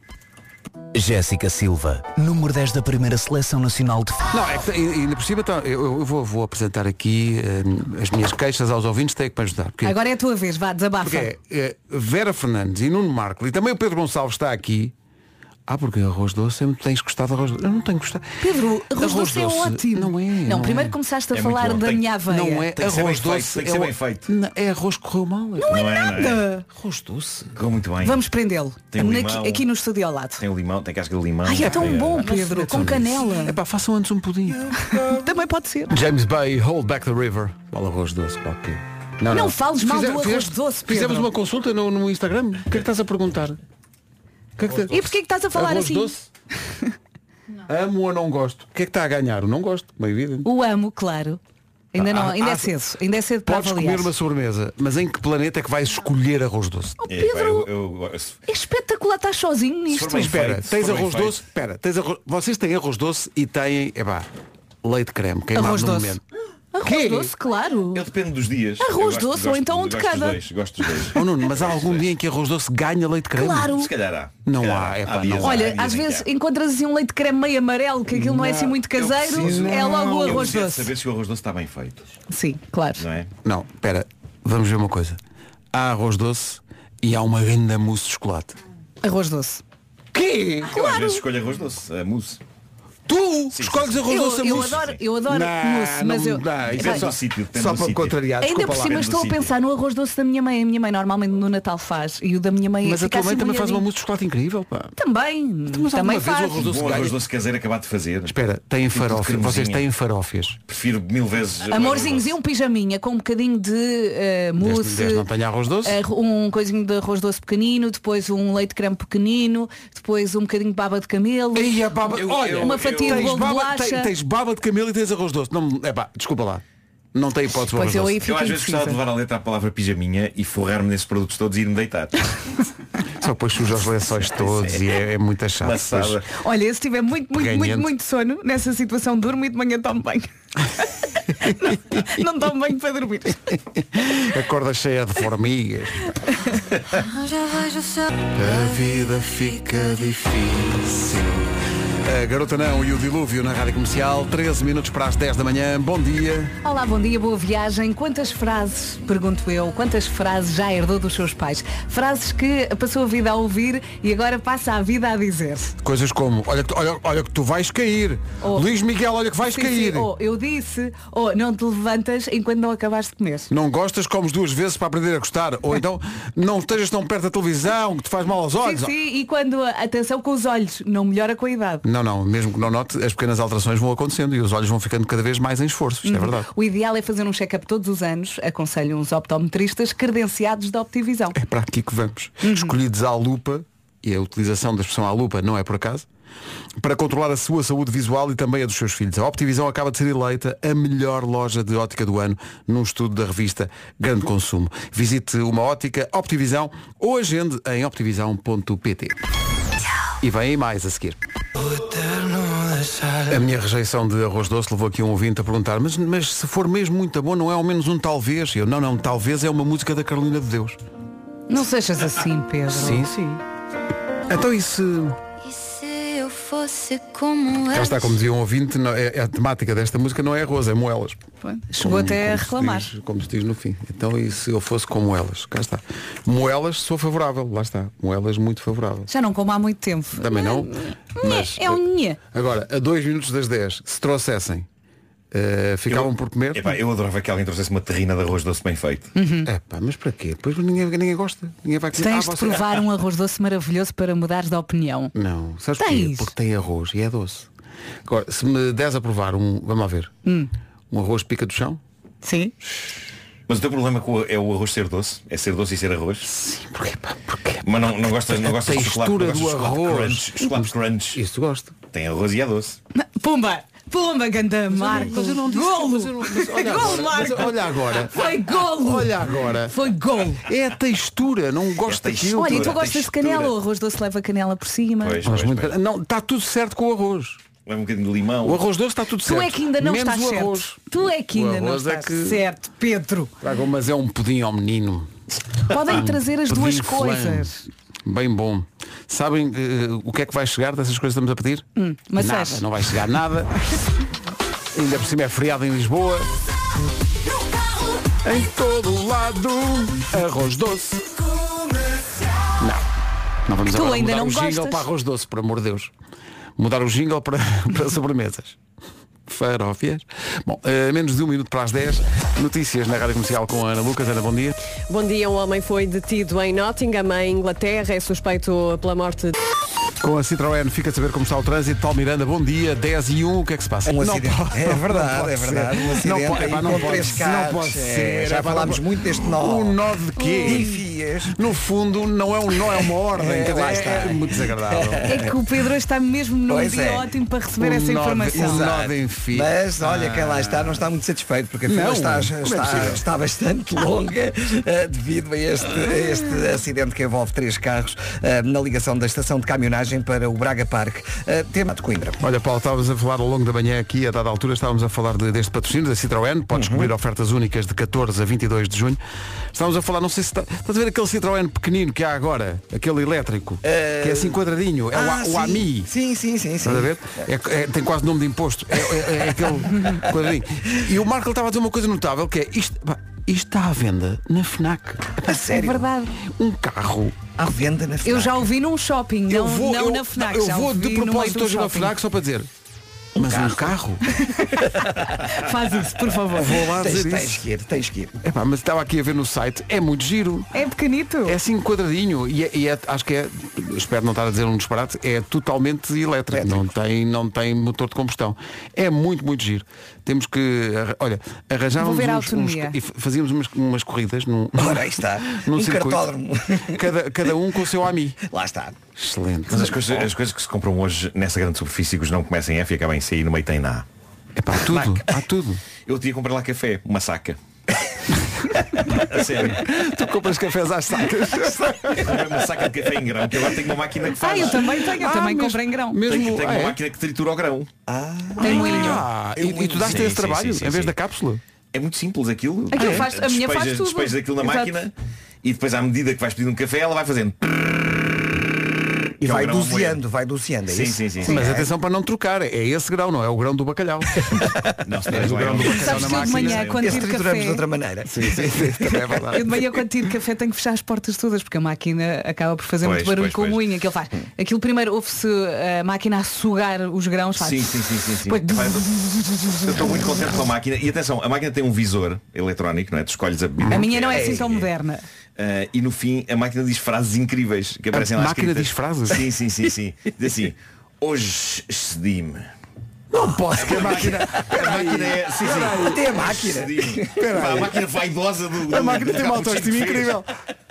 Q: Jéssica Silva, número 10 da primeira seleção nacional de
A: Não, é que tem- e- ainda por cima tá, eu, eu vou, vou apresentar aqui eh, as minhas queixas aos ouvintes, tenho que me ajudar. porque-
B: Agora é a tua vez, vá, desabafa.
A: Porque é, eh, Vera Fernandes e Nuno Marco e também o Pedro Gonçalves está aqui. Ah, porque arroz doce, sempre tens gostado de arroz doce. Eu não tenho gostado.
B: Pedro,
A: Arroz
B: arroz doce é
A: doce
B: ótimo. Não é. Não,
A: não
B: primeiro
A: é.
B: começaste a
A: É muito
B: falar
A: bom.
B: da
A: Tem-
B: minha aveia.
A: não é arroz doce. é o- Não, É arroz que correu mal.
B: Não é
N: Não é, não é.
B: nada.
A: Arroz doce.
N: Ficou muito bem.
B: Vamos prendê-lo.
N: Tem um
B: Naqui-
N: limão.
B: Aqui, no estúdio ao lado.
N: Tem o limão, tem casca de limão.
B: Ai, é tão
N: Tem,
B: bom,
N: eh,
B: Pedro, com canela. É
A: pá, façam antes um pudim. um-
B: Também pode ser.
A: James Bay, Hold Back the River. Fala arroz doce, pá, que-
B: Não fales mal do arroz doce, Pedro.
A: Fizemos uma consulta no, no Instagram. O que é que estás a perguntar? O que é que te-
B: E porquê que estás a falar
A: arroz
B: assim?
A: Doce? Amo ou não gosto? O que é que está a ganhar? O não gosto, bem evidente.
B: O amo, claro. Ainda, não,
A: Ah,
B: ainda
A: ah,
B: é cedo. Ainda é cedo para
A: Podes
B: avaliar.
A: comer uma sobremesa, mas em que planeta é que vais escolher arroz doce?
B: Oh, Pedro,
N: eu- eu-
B: é espetacular, estás sozinho nisto.
A: Mas espera, tens arroz doce? Espera, tens arroz... vocês têm arroz doce e têm, epá, leite creme, queimado
B: Arroz
A: no
B: doce.
A: momento.
B: Arroz
A: Quê?
B: doce, claro.
N: Eu dependo dos dias. Eu
B: Arroz
N: gosto-
B: doce ou
N: gosto-
B: então um de
N: gosto dos
B: cada.
N: dois, Gosto dos dois.
A: Oh, Nuno, mas há algum dia em que arroz doce ganha leite creme?
B: Claro. Se
N: calhar há.
A: Não há, é pá, não há.
B: Olha, às vezes encontras assim um leite de creme meio amarelo, que aquilo não, é assim muito caseiro, é logo o
N: Eu
B: arroz
N: preciso de
B: doce.
N: saber se o arroz doce está bem feito.
B: Sim, claro.
N: Não é?
A: Não, espera, vamos ver uma coisa. Há arroz doce e há uma grande mousse de chocolate.
B: Arroz doce.
A: Que?
N: Eu às vezes escolho arroz doce, a mousse.
A: Tu escolhes arroz
B: Eu-
A: doce a
B: eu
A: mousse?
B: adoro- eu adoro
A: Não,
B: mousse, mas
A: não
B: eu-
A: dá, isso é
B: Epá,
A: só,
N: do sítio, depende
A: só
N: do
A: para
N: sítio.
A: contrariar.
B: Ainda
A: desculpa
B: por
A: lá.
B: cima estou a pensar no arroz doce da minha mãe. A minha mãe normalmente no Natal faz. E o da minha mãe
A: Mas a
B: fica
A: tua mãe
B: assim
A: também faz uma
B: molhadinho.
A: mousse de chocolate incrível, pá.
B: Também.
A: Mas alguma
B: também
A: vez o
B: faz.
A: arroz doce
N: Bom
A: ganha-
N: Um arroz doce caseiro acabado de fazer.
A: Espera, têm
N: tudo
A: farófias.
N: cremosinho.
A: Vocês têm farófias.
N: Prefiro mil vezes. o arroz
B: Amorzinhos
N: doce.
B: e um pijaminha com um bocadinho de eh,
A: Desde,
B: mousse.
A: desde não tenho arroz doce.
B: eh, Um coisinho de arroz doce pequenino, depois um leite creme pequenino, depois um bocadinho de baba de camelo,
A: Ei, a baba-
B: um-
A: Olha,
B: uma
A: eu-
B: batido,
A: tens
B: bolo de
A: baba,
B: bolacha.
A: tens, tens baba de camelo e tens arroz doce. Não, epá, desculpa lá. Não tem hipótese para arroz doce.
N: eu às vezes gostava de levar a letra à palavra pijaminha e forrar-me nesses produtos todos e ir-me deitar.
A: Só depois suja os lençóis todos e é, é muito chato.
N: Maçada.
O: Olha, se tiver muito, muito, muito,
A: Ganhante.
O: muito sono, nessa situação durmo e de manhã tomo banho. não, não tomo banho para dormir.
A: A corda cheia de formigas. A vida fica difícil. A Garota Não e o Dilúvio na Rádio Comercial, 13 minutos para as 10 da manhã. Bom dia.
B: Olá, bom dia, boa viagem. Quantas frases, pergunto eu, quantas frases já herdou dos seus pais? Frases que passou a vida a ouvir e agora passa a vida a dizer.
A: Coisas como, olha, que tu- olha, olha que tu vais cair. Luís Miguel, olha que vais
B: Oh. Sim, oh.
A: cair.
B: sim, ou eu disse, ou não te levantas enquanto não acabaste de comer.
A: Não gostas, comes duas vezes para aprender a gostar. Ou então, não estejas tão perto da televisão, que te faz mal aos
B: Sim,
A: olhos.
B: sim, e quando, atenção com os olhos, não melhora com a idade.
A: Não, não, mesmo que não note, as pequenas alterações vão acontecendo e os olhos vão ficando cada vez mais em esforço. Isto é verdade.
B: O ideal é fazer um check-up todos os anos, aconselho uns optometristas credenciados da Optivisão.
A: É para aqui que vamos. Escolhidos à lupa, e a utilização da expressão à lupa não é por acaso, para controlar a sua saúde visual e também a dos seus filhos. A Optivisão acaba de ser eleita a melhor loja de ótica do ano num estudo da revista Grande Consumo. Visite uma ótica Optivisão ou agende em optivisão.pt. E vem aí mais a seguir. A minha rejeição de arroz doce levou aqui um ouvinte a perguntar mas, mas se for mesmo muito bom, não é ao menos um talvez? Eu, não, não, talvez é uma música da Carolina de Deus.
B: Não sejas assim, Pedro.
A: Sim, sim. Então isso.
K: E se eu fosse como
A: Cá está, como dizia um ouvinte, não- é, é a temática desta música não é arroz, é moelas.
B: Chegou até a
A: se
B: reclamar.
A: diz- como se diz no fim. Então e se eu fosse como elas? Cá está. Moelas sou favorável, lá está. Moelas muito favorável.
B: Já não como há muito tempo.
A: Também não. Mas, eh,
B: é um nhé.
A: Agora, a dois minutos das 10, se trouxessem, eh, ficavam por comer.
N: Epá, Uhum. eu adorava que alguém trouxesse uma terrina de arroz doce bem feito.
A: Epá, mas para quê? Depois ninguém, ninguém gosta. Ninguém vai comer.
B: Tens
A: Ah,
B: de
A: você-
B: provar um arroz doce maravilhoso para mudares de opinião.
A: Não, sabes porquê?
B: Tens.
A: Porque tem arroz e é doce. Agora, se me des a provar um, vamos lá ver,
B: Hum.
A: um arroz pica do chão,
B: Sim.
N: Mas o teu problema com o- é o arroz ser doce? É ser doce e ser arroz?
A: Sim, porque pá, porque
N: Mas não, não gostas, não
A: A
N: gostas de chocolate,
A: textura
N: não gostas
A: do
N: de chocolate
A: arroz.
N: crunch, chocolate crunch.
A: Isso gosto.
N: Tem arroz e é doce.
B: Pumba! Pumba, ganda Marco!
A: mas eu não disse-
B: golo!
A: mas eu não- mas olha
B: golo,
A: agora, mas
B: Marco!
A: olha agora.
B: Foi golo!
A: Olha agora.
B: Foi golo!
A: É a textura, não gosto daquilo.
B: Olha, e tu gostas de canela? O arroz doce leva canela por cima.
N: Pois,
A: Mas
N: pois,
A: muito-
N: pois.
A: Não, está tudo certo com o arroz.
N: Leva um bocadinho de limão.
A: O arroz doce está tudo certo.
B: Tu é que ainda não
A: Menos
B: estás
A: o
B: certo.
A: arroz.
B: Tu é que
A: O
B: ainda não
A: arroz é
B: estás
A: que-
B: certo, Pedro.
A: Traga, mas é um pudim ao menino.
B: Podem
A: Um
B: trazer as duas
A: pudim flan.
B: coisas.
A: Bem bom. Sabem eh, o que é que vai chegar dessas coisas que estamos a pedir?
B: Hum, mas
A: nada,
B: sabes?
A: não vai chegar nada. Ainda por cima é feriado em Lisboa. Em todo lado, arroz doce. Não. Não vamos
B: Que tu
A: agora
B: ainda
A: mudar
B: não
A: o jingle
B: gostas.
A: para arroz doce, por amor de Deus. Mudar o jingle para, para sobremesas. Farófias. Bom, eh, menos de um minuto para as 10. Notícias na Rádio Comercial com a Ana Lucas. Ana, bom dia.
H: Bom dia, um homem foi detido em Nottingham, em Inglaterra, é suspeito pela morte de...
A: Com a Citroën fica a saber como está o trânsito. Tal Miranda, bom dia. 10 e 1, o que é que se passa?
D: Um
A: Não
D: acidente.
A: pode-
D: é
A: não
D: verdade,
A: pode
D: é
A: ser.
D: verdade. Um acidente
A: Não pode,
D: aí
A: epá, não
D: com
A: pode
D: três
A: ser, não
D: carros.
A: pode
D: É,
A: ser.
D: já
A: epá,
D: falámos
A: não-
D: muito deste nó. é.
A: O nó é de quê?
D: Ui. Enfias.
A: No fundo, não é, um, nó, é uma ordem.
D: É,
A: quer dizer,
D: lá
A: é-
D: está.
A: é muito desagradável.
B: É que o Pedro hoje está mesmo num
D: Pois
B: dia
D: é.
B: ótimo para receber
A: Um
B: essa
A: nó de-
B: informação.
A: um nó de enfio.
D: Mas olha, quem lá
A: Ah.
D: está não está muito satisfeito porque a fila
A: Não,
D: está,
A: como é
D: está-
A: possível?
D: está bastante longa eh, devido a este, a este acidente que envolve três carros eh, na ligação da estação de caminhonagem para o Braga Park. Eh, tema de Coimbra.
A: Olha, Paulo, estávamos a falar ao longo da manhã aqui, a dada altura, estávamos a falar de- deste patrocínio da Citroën. Podes
D: Uhum.
A: descobrir ofertas únicas de 14 a 22 de junho. Estávamos a falar, não sei se está, estás a ver aquele Citroën pequenino que há agora, aquele elétrico, que é assim quadradinho, é o
D: Eh, Ah,
A: A- o,
D: sim.
A: AMI.
D: Sim, sim, sim. sim.
A: Estás a ver? É- é- tem quase nome de imposto. É, é- é aquele quadradinho. E o Marco ele estava a dizer uma coisa notável, que é isto, pá, isto está à venda na FNAC.
D: A sério?
B: É verdade.
A: Um carro.
D: À venda na
B: Eu já ouvi num shopping, não, não
A: eu-
B: na FNAC.
A: Eu
B: já
A: vou
B: ouvi
A: de
B: no meio
A: propósito
B: do
A: hoje na
B: shopping.
A: FNAC só para dizer. Mas Mas um carro?
B: Faz isso, por favor.
A: Vou lá
D: tens,
A: dizer
D: tens
A: isso.
D: que ir, tens que ir.
A: Epá, mas estava aqui a ver no site, é muito giro.
B: É pequenito.
A: É assim quadradinho e, é- e é- acho que é, espero não estar a dizer um disparate, é totalmente elétrico, Não, tem, não tem motor de combustão. É muito, muito giro. Temos que, arra- olha,
B: Vou
A: arranjávamos
B: ver a
A: uns, uns,
B: autonomia.
A: e f- fazíamos umas, umas corridas num,
D: Ora, aí está.
A: num
D: Um
A: circuito.
D: cartódromo.
A: Cada, cada um com o seu ami.
D: Lá está.
A: Excelente.
N: Mas as coisas, as coisas que se compram hoje nessa grande superfície, que os não começam em F e acabam em C e no meio tem na A.
A: É para tudo, há tudo.
N: Eu tinha comprar lá café, uma saca. a sério.
A: Tu compras cafés às sacas.
N: Comprei uma saca de café em grão, que agora tenho uma máquina que
B: Ah,
N: faz.
B: eu também tenho, eu
A: Ah,
B: também
A: mesmo-
B: comprei em grão.
A: Mesmo,
N: Tenho, tenho
A: ah, é? Ah,
N: uma máquina que tritura o grão. Ah,
B: Tem um
A: e, e tu daste
N: Sim,
A: esse
N: sim,
A: trabalho
N: sim, sim,
A: em vez
N: sim.
A: da cápsula?
N: É muito simples aquilo.
B: Aquilo
N: Ah, é?
B: faz- a minha faz
N: Despejas-
B: tudo.
N: Despejas aquilo na
B: Exato.
N: máquina e depois à medida que vais pedindo um café ela vai fazendo.
D: E
N: Que é o
D: vai
N: grão a
D: doseando, vai doseando, é
N: Sim,
D: isso?
N: sim, sim,
A: Mas
N: é.
A: atenção para não trocar, é esse grão, não é o grão do bacalhau.
N: Não, se
A: Mas o grão do bacalhau
B: Sabes
A: na
B: que eu de
A: máquina.
B: manhã, quando
D: Esse
B: tiro
D: trituramos de
B: café,
D: outra maneira.
A: Sim, sim, sim, também é
B: eu de
A: verdade.
B: manhã, quando tiro café, tenho que fechar as portas todas, porque a máquina acaba por fazer
N: Pois,
B: muito barulho
N: pois,
B: com o
N: pois. Hum.
B: moinho. Aquilo faz. Aquilo primeiro ouve-se a máquina a sugar os grãos, faz.
N: Sim, sim, sim, sim, sim.
B: Pois-
N: Vai- Eu estou muito contente com a máquina. E atenção, a máquina tem um visor eletrónico, não é? Tu escolhes a bebida.
B: A minha não é
N: que
B: assim tão
N: é.
B: moderna.
N: Ah, e no fim a máquina diz frases incríveis que aparecem lá
A: máquina
N: escritas.
A: diz frases?
N: Sim, sim, sim, sim. Diz assim, hoje cedi-me.
A: Não posso que a máquina.
N: A máquina é. Sim, sim.
D: Até a máquina.
N: Cedi-me. Pá, A máquina vaidosa do.
A: A
N: do-
A: máquina
N: do
A: tem uma
N: cappuccino
A: autoestima
N: que fez.
A: incrível.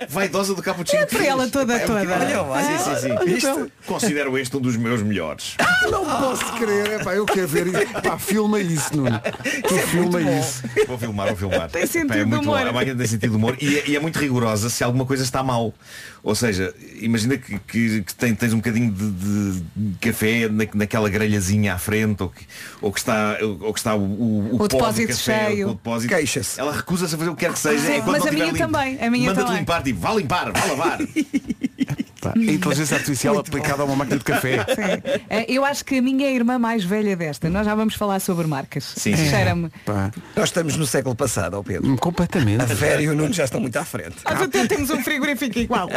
N: Vaidosa do cappuccino. que
B: Para ela
N: fez.
B: toda,
N: Pá, é um
B: toda.
N: bocadinho-
D: Olha lá.
N: Sim, sim, sim.
A: Então,
N: Considero este um dos meus melhores.
A: não posso crer, é pá, eu quero ver isso. Pá, filma isso, Nuno. Tu filma isso.
N: Vou filmar, vou filmar.
B: Tem sentido
N: Pá, é muito
B: de humor.
N: bom. A máquina tem sentido de humor e é, e é muito rigorosa se alguma coisa está mal. Ou seja, imagina que, que- que tem- tens um bocadinho de, de café na- naquela grelhazinha à frente ou que, ou que está, ou que está o, o,
B: O
N: pó do
B: depósito
N: café,
B: cheio.
N: o depósito.
D: Queixa-se.
N: Ela recusa-se a fazer o que quer que seja.
B: Sim,
N: enquanto
B: mas
N: não
B: a minha
N: tiver limpo.
B: também, a minha
N: Manda-te
B: também.
N: limpar, tipo, vá limpar, vá lavar.
A: Pá, a inteligência artificial aplicada a uma máquina de café.
B: Sim. Eh, Eu acho que a minha é a irmã mais velha desta. Nós já vamos falar sobre marcas.
N: Sim, sim.
B: Cheira-me.
A: Pá,
D: Nós estamos no século passado, ó Pedro.
A: hum, completamente.
D: A Vera e o Nuno já estão muito à frente.
A: Ah,
B: Nós até temos um frigorífico igual.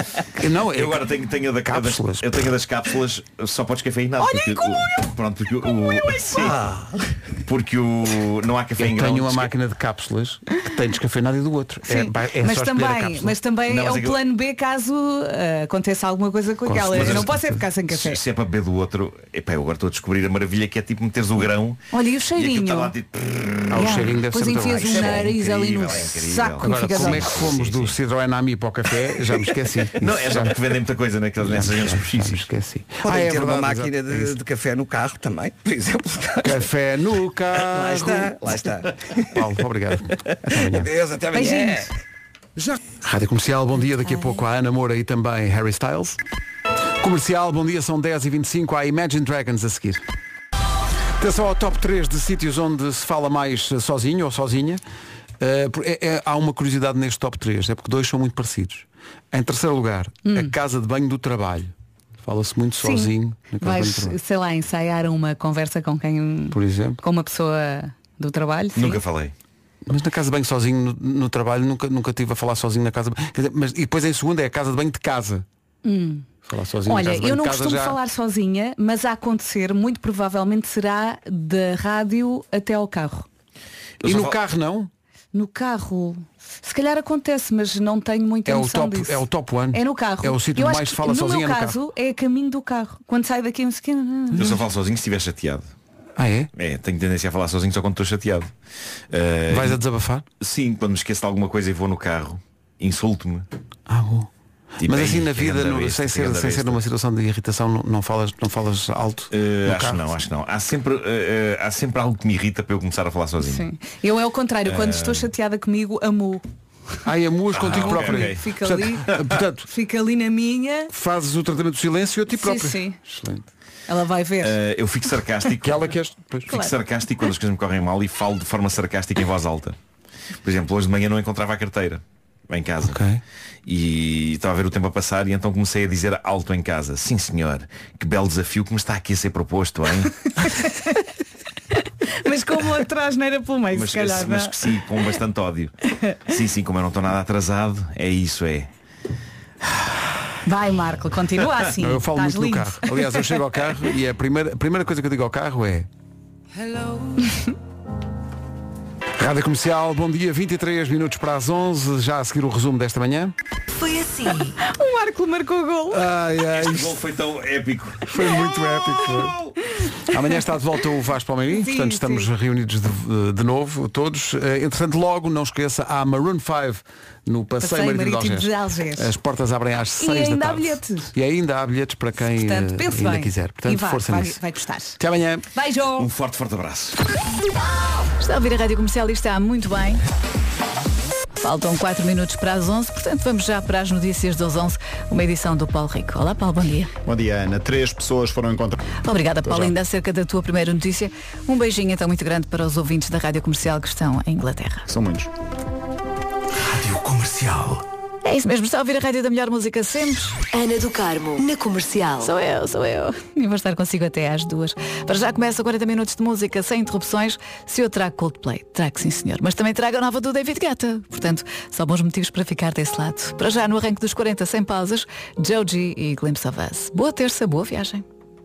A: Não, é,
N: Eu agora tenho, tenho a da a das-
A: Cápsulas.
N: Eu tenho a das cápsulas, só podes cafeínar.
B: Olha,
N: porque
B: como
N: o- Pronto, porque o. Sim. Porque o. Não há café em
A: eu
N: grão.
A: tenho uma máquina de cápsulas que tem descafeinado e do outro. É,
B: Sim.
A: pá, é
B: mas,
A: só escolher a
B: também,
A: cápsula.
B: mas também
N: Não,
B: é
N: mas
B: o
N: aquilo-
B: plano B caso ah, aconteça alguma coisa com aquela.
A: mas
B: Eu não
A: eu-
B: posso é ficar sem café.
N: Se, se é para beber do outro, epá, eu agora estou a descobrir a maravilha que é tipo meteres o grão
B: Olha, e o
N: e aquilo
B: cheirinho?
N: está lá tipo.
A: Ah, o
B: Yeah.
A: cheirinho deve
B: Depois
A: ser muito
B: enfias
A: bom.
B: um
N: bom.
B: nariz ali no
N: Incrível, é incrível.
B: saco e
A: Agora,
B: ficas
A: como
B: ali.
A: é que fomos
N: Sim,
A: do
N: sim.
A: Citroën Ami para o café? Já me esqueci.
N: Não, é já porque vendem muita coisa naquelas, nessas grandes
A: Já me
N: superfícies.
A: esqueci.
D: Podem
A: Ah, é
D: ter uma
A: verdade,
D: máquina
A: exato. É
D: de,
A: isso.
D: de café no carro também, por exemplo.
A: Café no carro.
D: Lá está, lá está.
A: Paulo, obrigado. Até amanhã.
D: Adeus, até amanhã.
B: Beijinhos.
A: Rádio Comercial, bom dia. Daqui a pouco a Ana Moura e também Harry Styles. Comercial, bom dia. São 10h25. Há Imagine Dragons a seguir. Atenção ao top 3 de sítios onde se fala mais eh, sozinho ou sozinha. Eh, por- é- é- há uma curiosidade neste top 3, é porque dois são muito parecidos. Em terceiro lugar, a casa de banho do trabalho. Fala-se muito
B: Sim.
A: sozinho na casa de banho do
B: Vais,
A: trabalho.
B: sei lá, ensaiar uma conversa com quem.
A: Por exemplo.
B: Com uma pessoa do trabalho. sim.
N: Nunca falei.
A: Mas na casa de banho sozinho, no, no trabalho, nunca, nunca tive a falar sozinho na casa de banho. Quer dizer, Mas, e depois em segundo é a casa de banho de casa. Falar sozinho na
B: Hum. Olha,
A: casa de banho
B: eu não
A: de casa
B: costumo
A: já-
B: falar sozinha, mas a acontecer, muito provavelmente será da rádio até ao carro.
N: Eu
A: E
N: só
A: no
N: falo-
A: carro não? É
B: No carro. Se calhar acontece, mas não tenho muita
A: É o
B: noção
A: top-
B: disso.
A: é o top one.
B: É no carro.
A: É o sítio
B: Eu
A: onde
B: acho
A: mais
B: que
A: fala sozinha
B: No
A: no
B: meu caso, é a caminho do carro. Quando sai daqui, um
N: Eu só falo sozinho se estiver chateado.
A: Ah é?
N: É, tenho tendência a falar sozinho só quando estou chateado. Ah,
A: Vais a desabafar?
N: Sim, quando me esqueço de alguma coisa e vou no carro, insulto-me.
A: Ah, bom.
N: Tipo,
A: Mas assim
N: "Ei,
A: na
N: que
A: vida,
N: ganda
A: no-
N: besta,
A: sem,
N: que
A: ser,
N: ganda
A: sem ser
N: besta."
A: numa situação de irritação, não, não falas, não falas alto.
N: Eh,
A: no
N: acho que
A: carro?
N: não, acho que não. Há sempre, eh, eh, há sempre algo que me irrita para eu começar a falar sozinho.
B: Sim. Eu é o contrário. Quando estou
A: Eh.
B: chateada comigo, amo.
A: Ai, amuas Ah, é contigo
N: Ah, ok,
A: próprio.
N: ok.
B: Fica
A: portanto,
B: ali.
A: portanto,
B: Fica ali na minha.
A: fazes o tratamento do silêncio a ti
B: Sim,
A: próprio.
B: sim.
A: Excelente.
B: Ela vai ver.
N: Eh, eu fico sarcástico.
A: Aquela que és. Pois.
N: Fico
B: Claro.
N: sarcástico quando as coisas me correm mal e falo de forma sarcástica em voz alta. Por exemplo, hoje de manhã não encontrava a carteira em casa.
A: Ok.
N: E estava a ver o tempo a passar e então comecei a dizer alto em casa. Sim senhor, que belo desafio que me está aqui a ser proposto, hein?
B: Mas como atrás não era pelo meio,
N: mas,
B: se calhar.
N: mas
B: não.
N: que sim, com bastante ódio. Sim, sim, como eu não estou nada atrasado, é isso, é.
B: Vai, Marco, continua assim.
A: Não, eu falo
B: Estás
A: muito
B: lindo.
A: no carro. Aliás, eu chego ao carro e a primeira, a primeira coisa que eu digo ao carro é Rádio Comercial, bom dia, 23 minutos para as 11, já a seguir o resumo desta manhã.
R: Foi assim.
S: o Marco marcou o gol.
A: Ai, ai,
N: Este gol foi tão épico.
A: Foi muito épico. Amanhã está de volta o Vasco Palmeirim,
S: Sim,
A: portanto estamos reunidos de, de novo, todos. Eh, Entretanto, logo, não esqueça, há Maroon 5 no Passeio,
S: Passeio
A: Marítimo,
S: Marítimo
A: de,
S: de
A: Algés.
S: Algés.
A: As portas abrem às
S: E
A: 6 da
S: ainda há
A: tarde.
S: bilhetes.
A: E ainda há bilhetes para quem
S: Portanto,
A: eh,
S: pense
A: ainda
S: bem.
A: quiser. Portanto,
S: e vá,
A: força
S: vai,
A: nisso.
S: vai gostar.
A: Até amanhã.
S: Beijo.
N: Um forte, forte abraço.
B: Está a ouvir a Rádio Comercial e está muito bem. Faltam 4 minutos para as 11, portanto vamos já para as notícias das 11, uma edição do Paulo Rico. Olá Paulo, bom dia.
T: Bom dia, Ana. Três pessoas foram encontradas.
B: Obrigada
T: Até
B: Paulo,
T: já.
B: ainda acerca da tua primeira notícia. Um beijinho então muito grande para os ouvintes da Rádio Comercial que estão em Inglaterra.
T: São muitos.
U: Rádio Comercial.
B: É isso mesmo, está a ouvir a Rádio da Melhor Música sempre. Ana do Carmo, na Comercial. Sou eu, sou eu. E vou estar consigo até às duas. Para já começa 40 minutos de música sem interrupções. Se eu trago Coldplay, trago sim senhor. Mas também trago a nova do David Guetta. Portanto, só bons motivos para ficar desse lado. Para já no arranque dos 40 sem pausas, Joji e Glimpse of Us. Boa terça, boa viagem.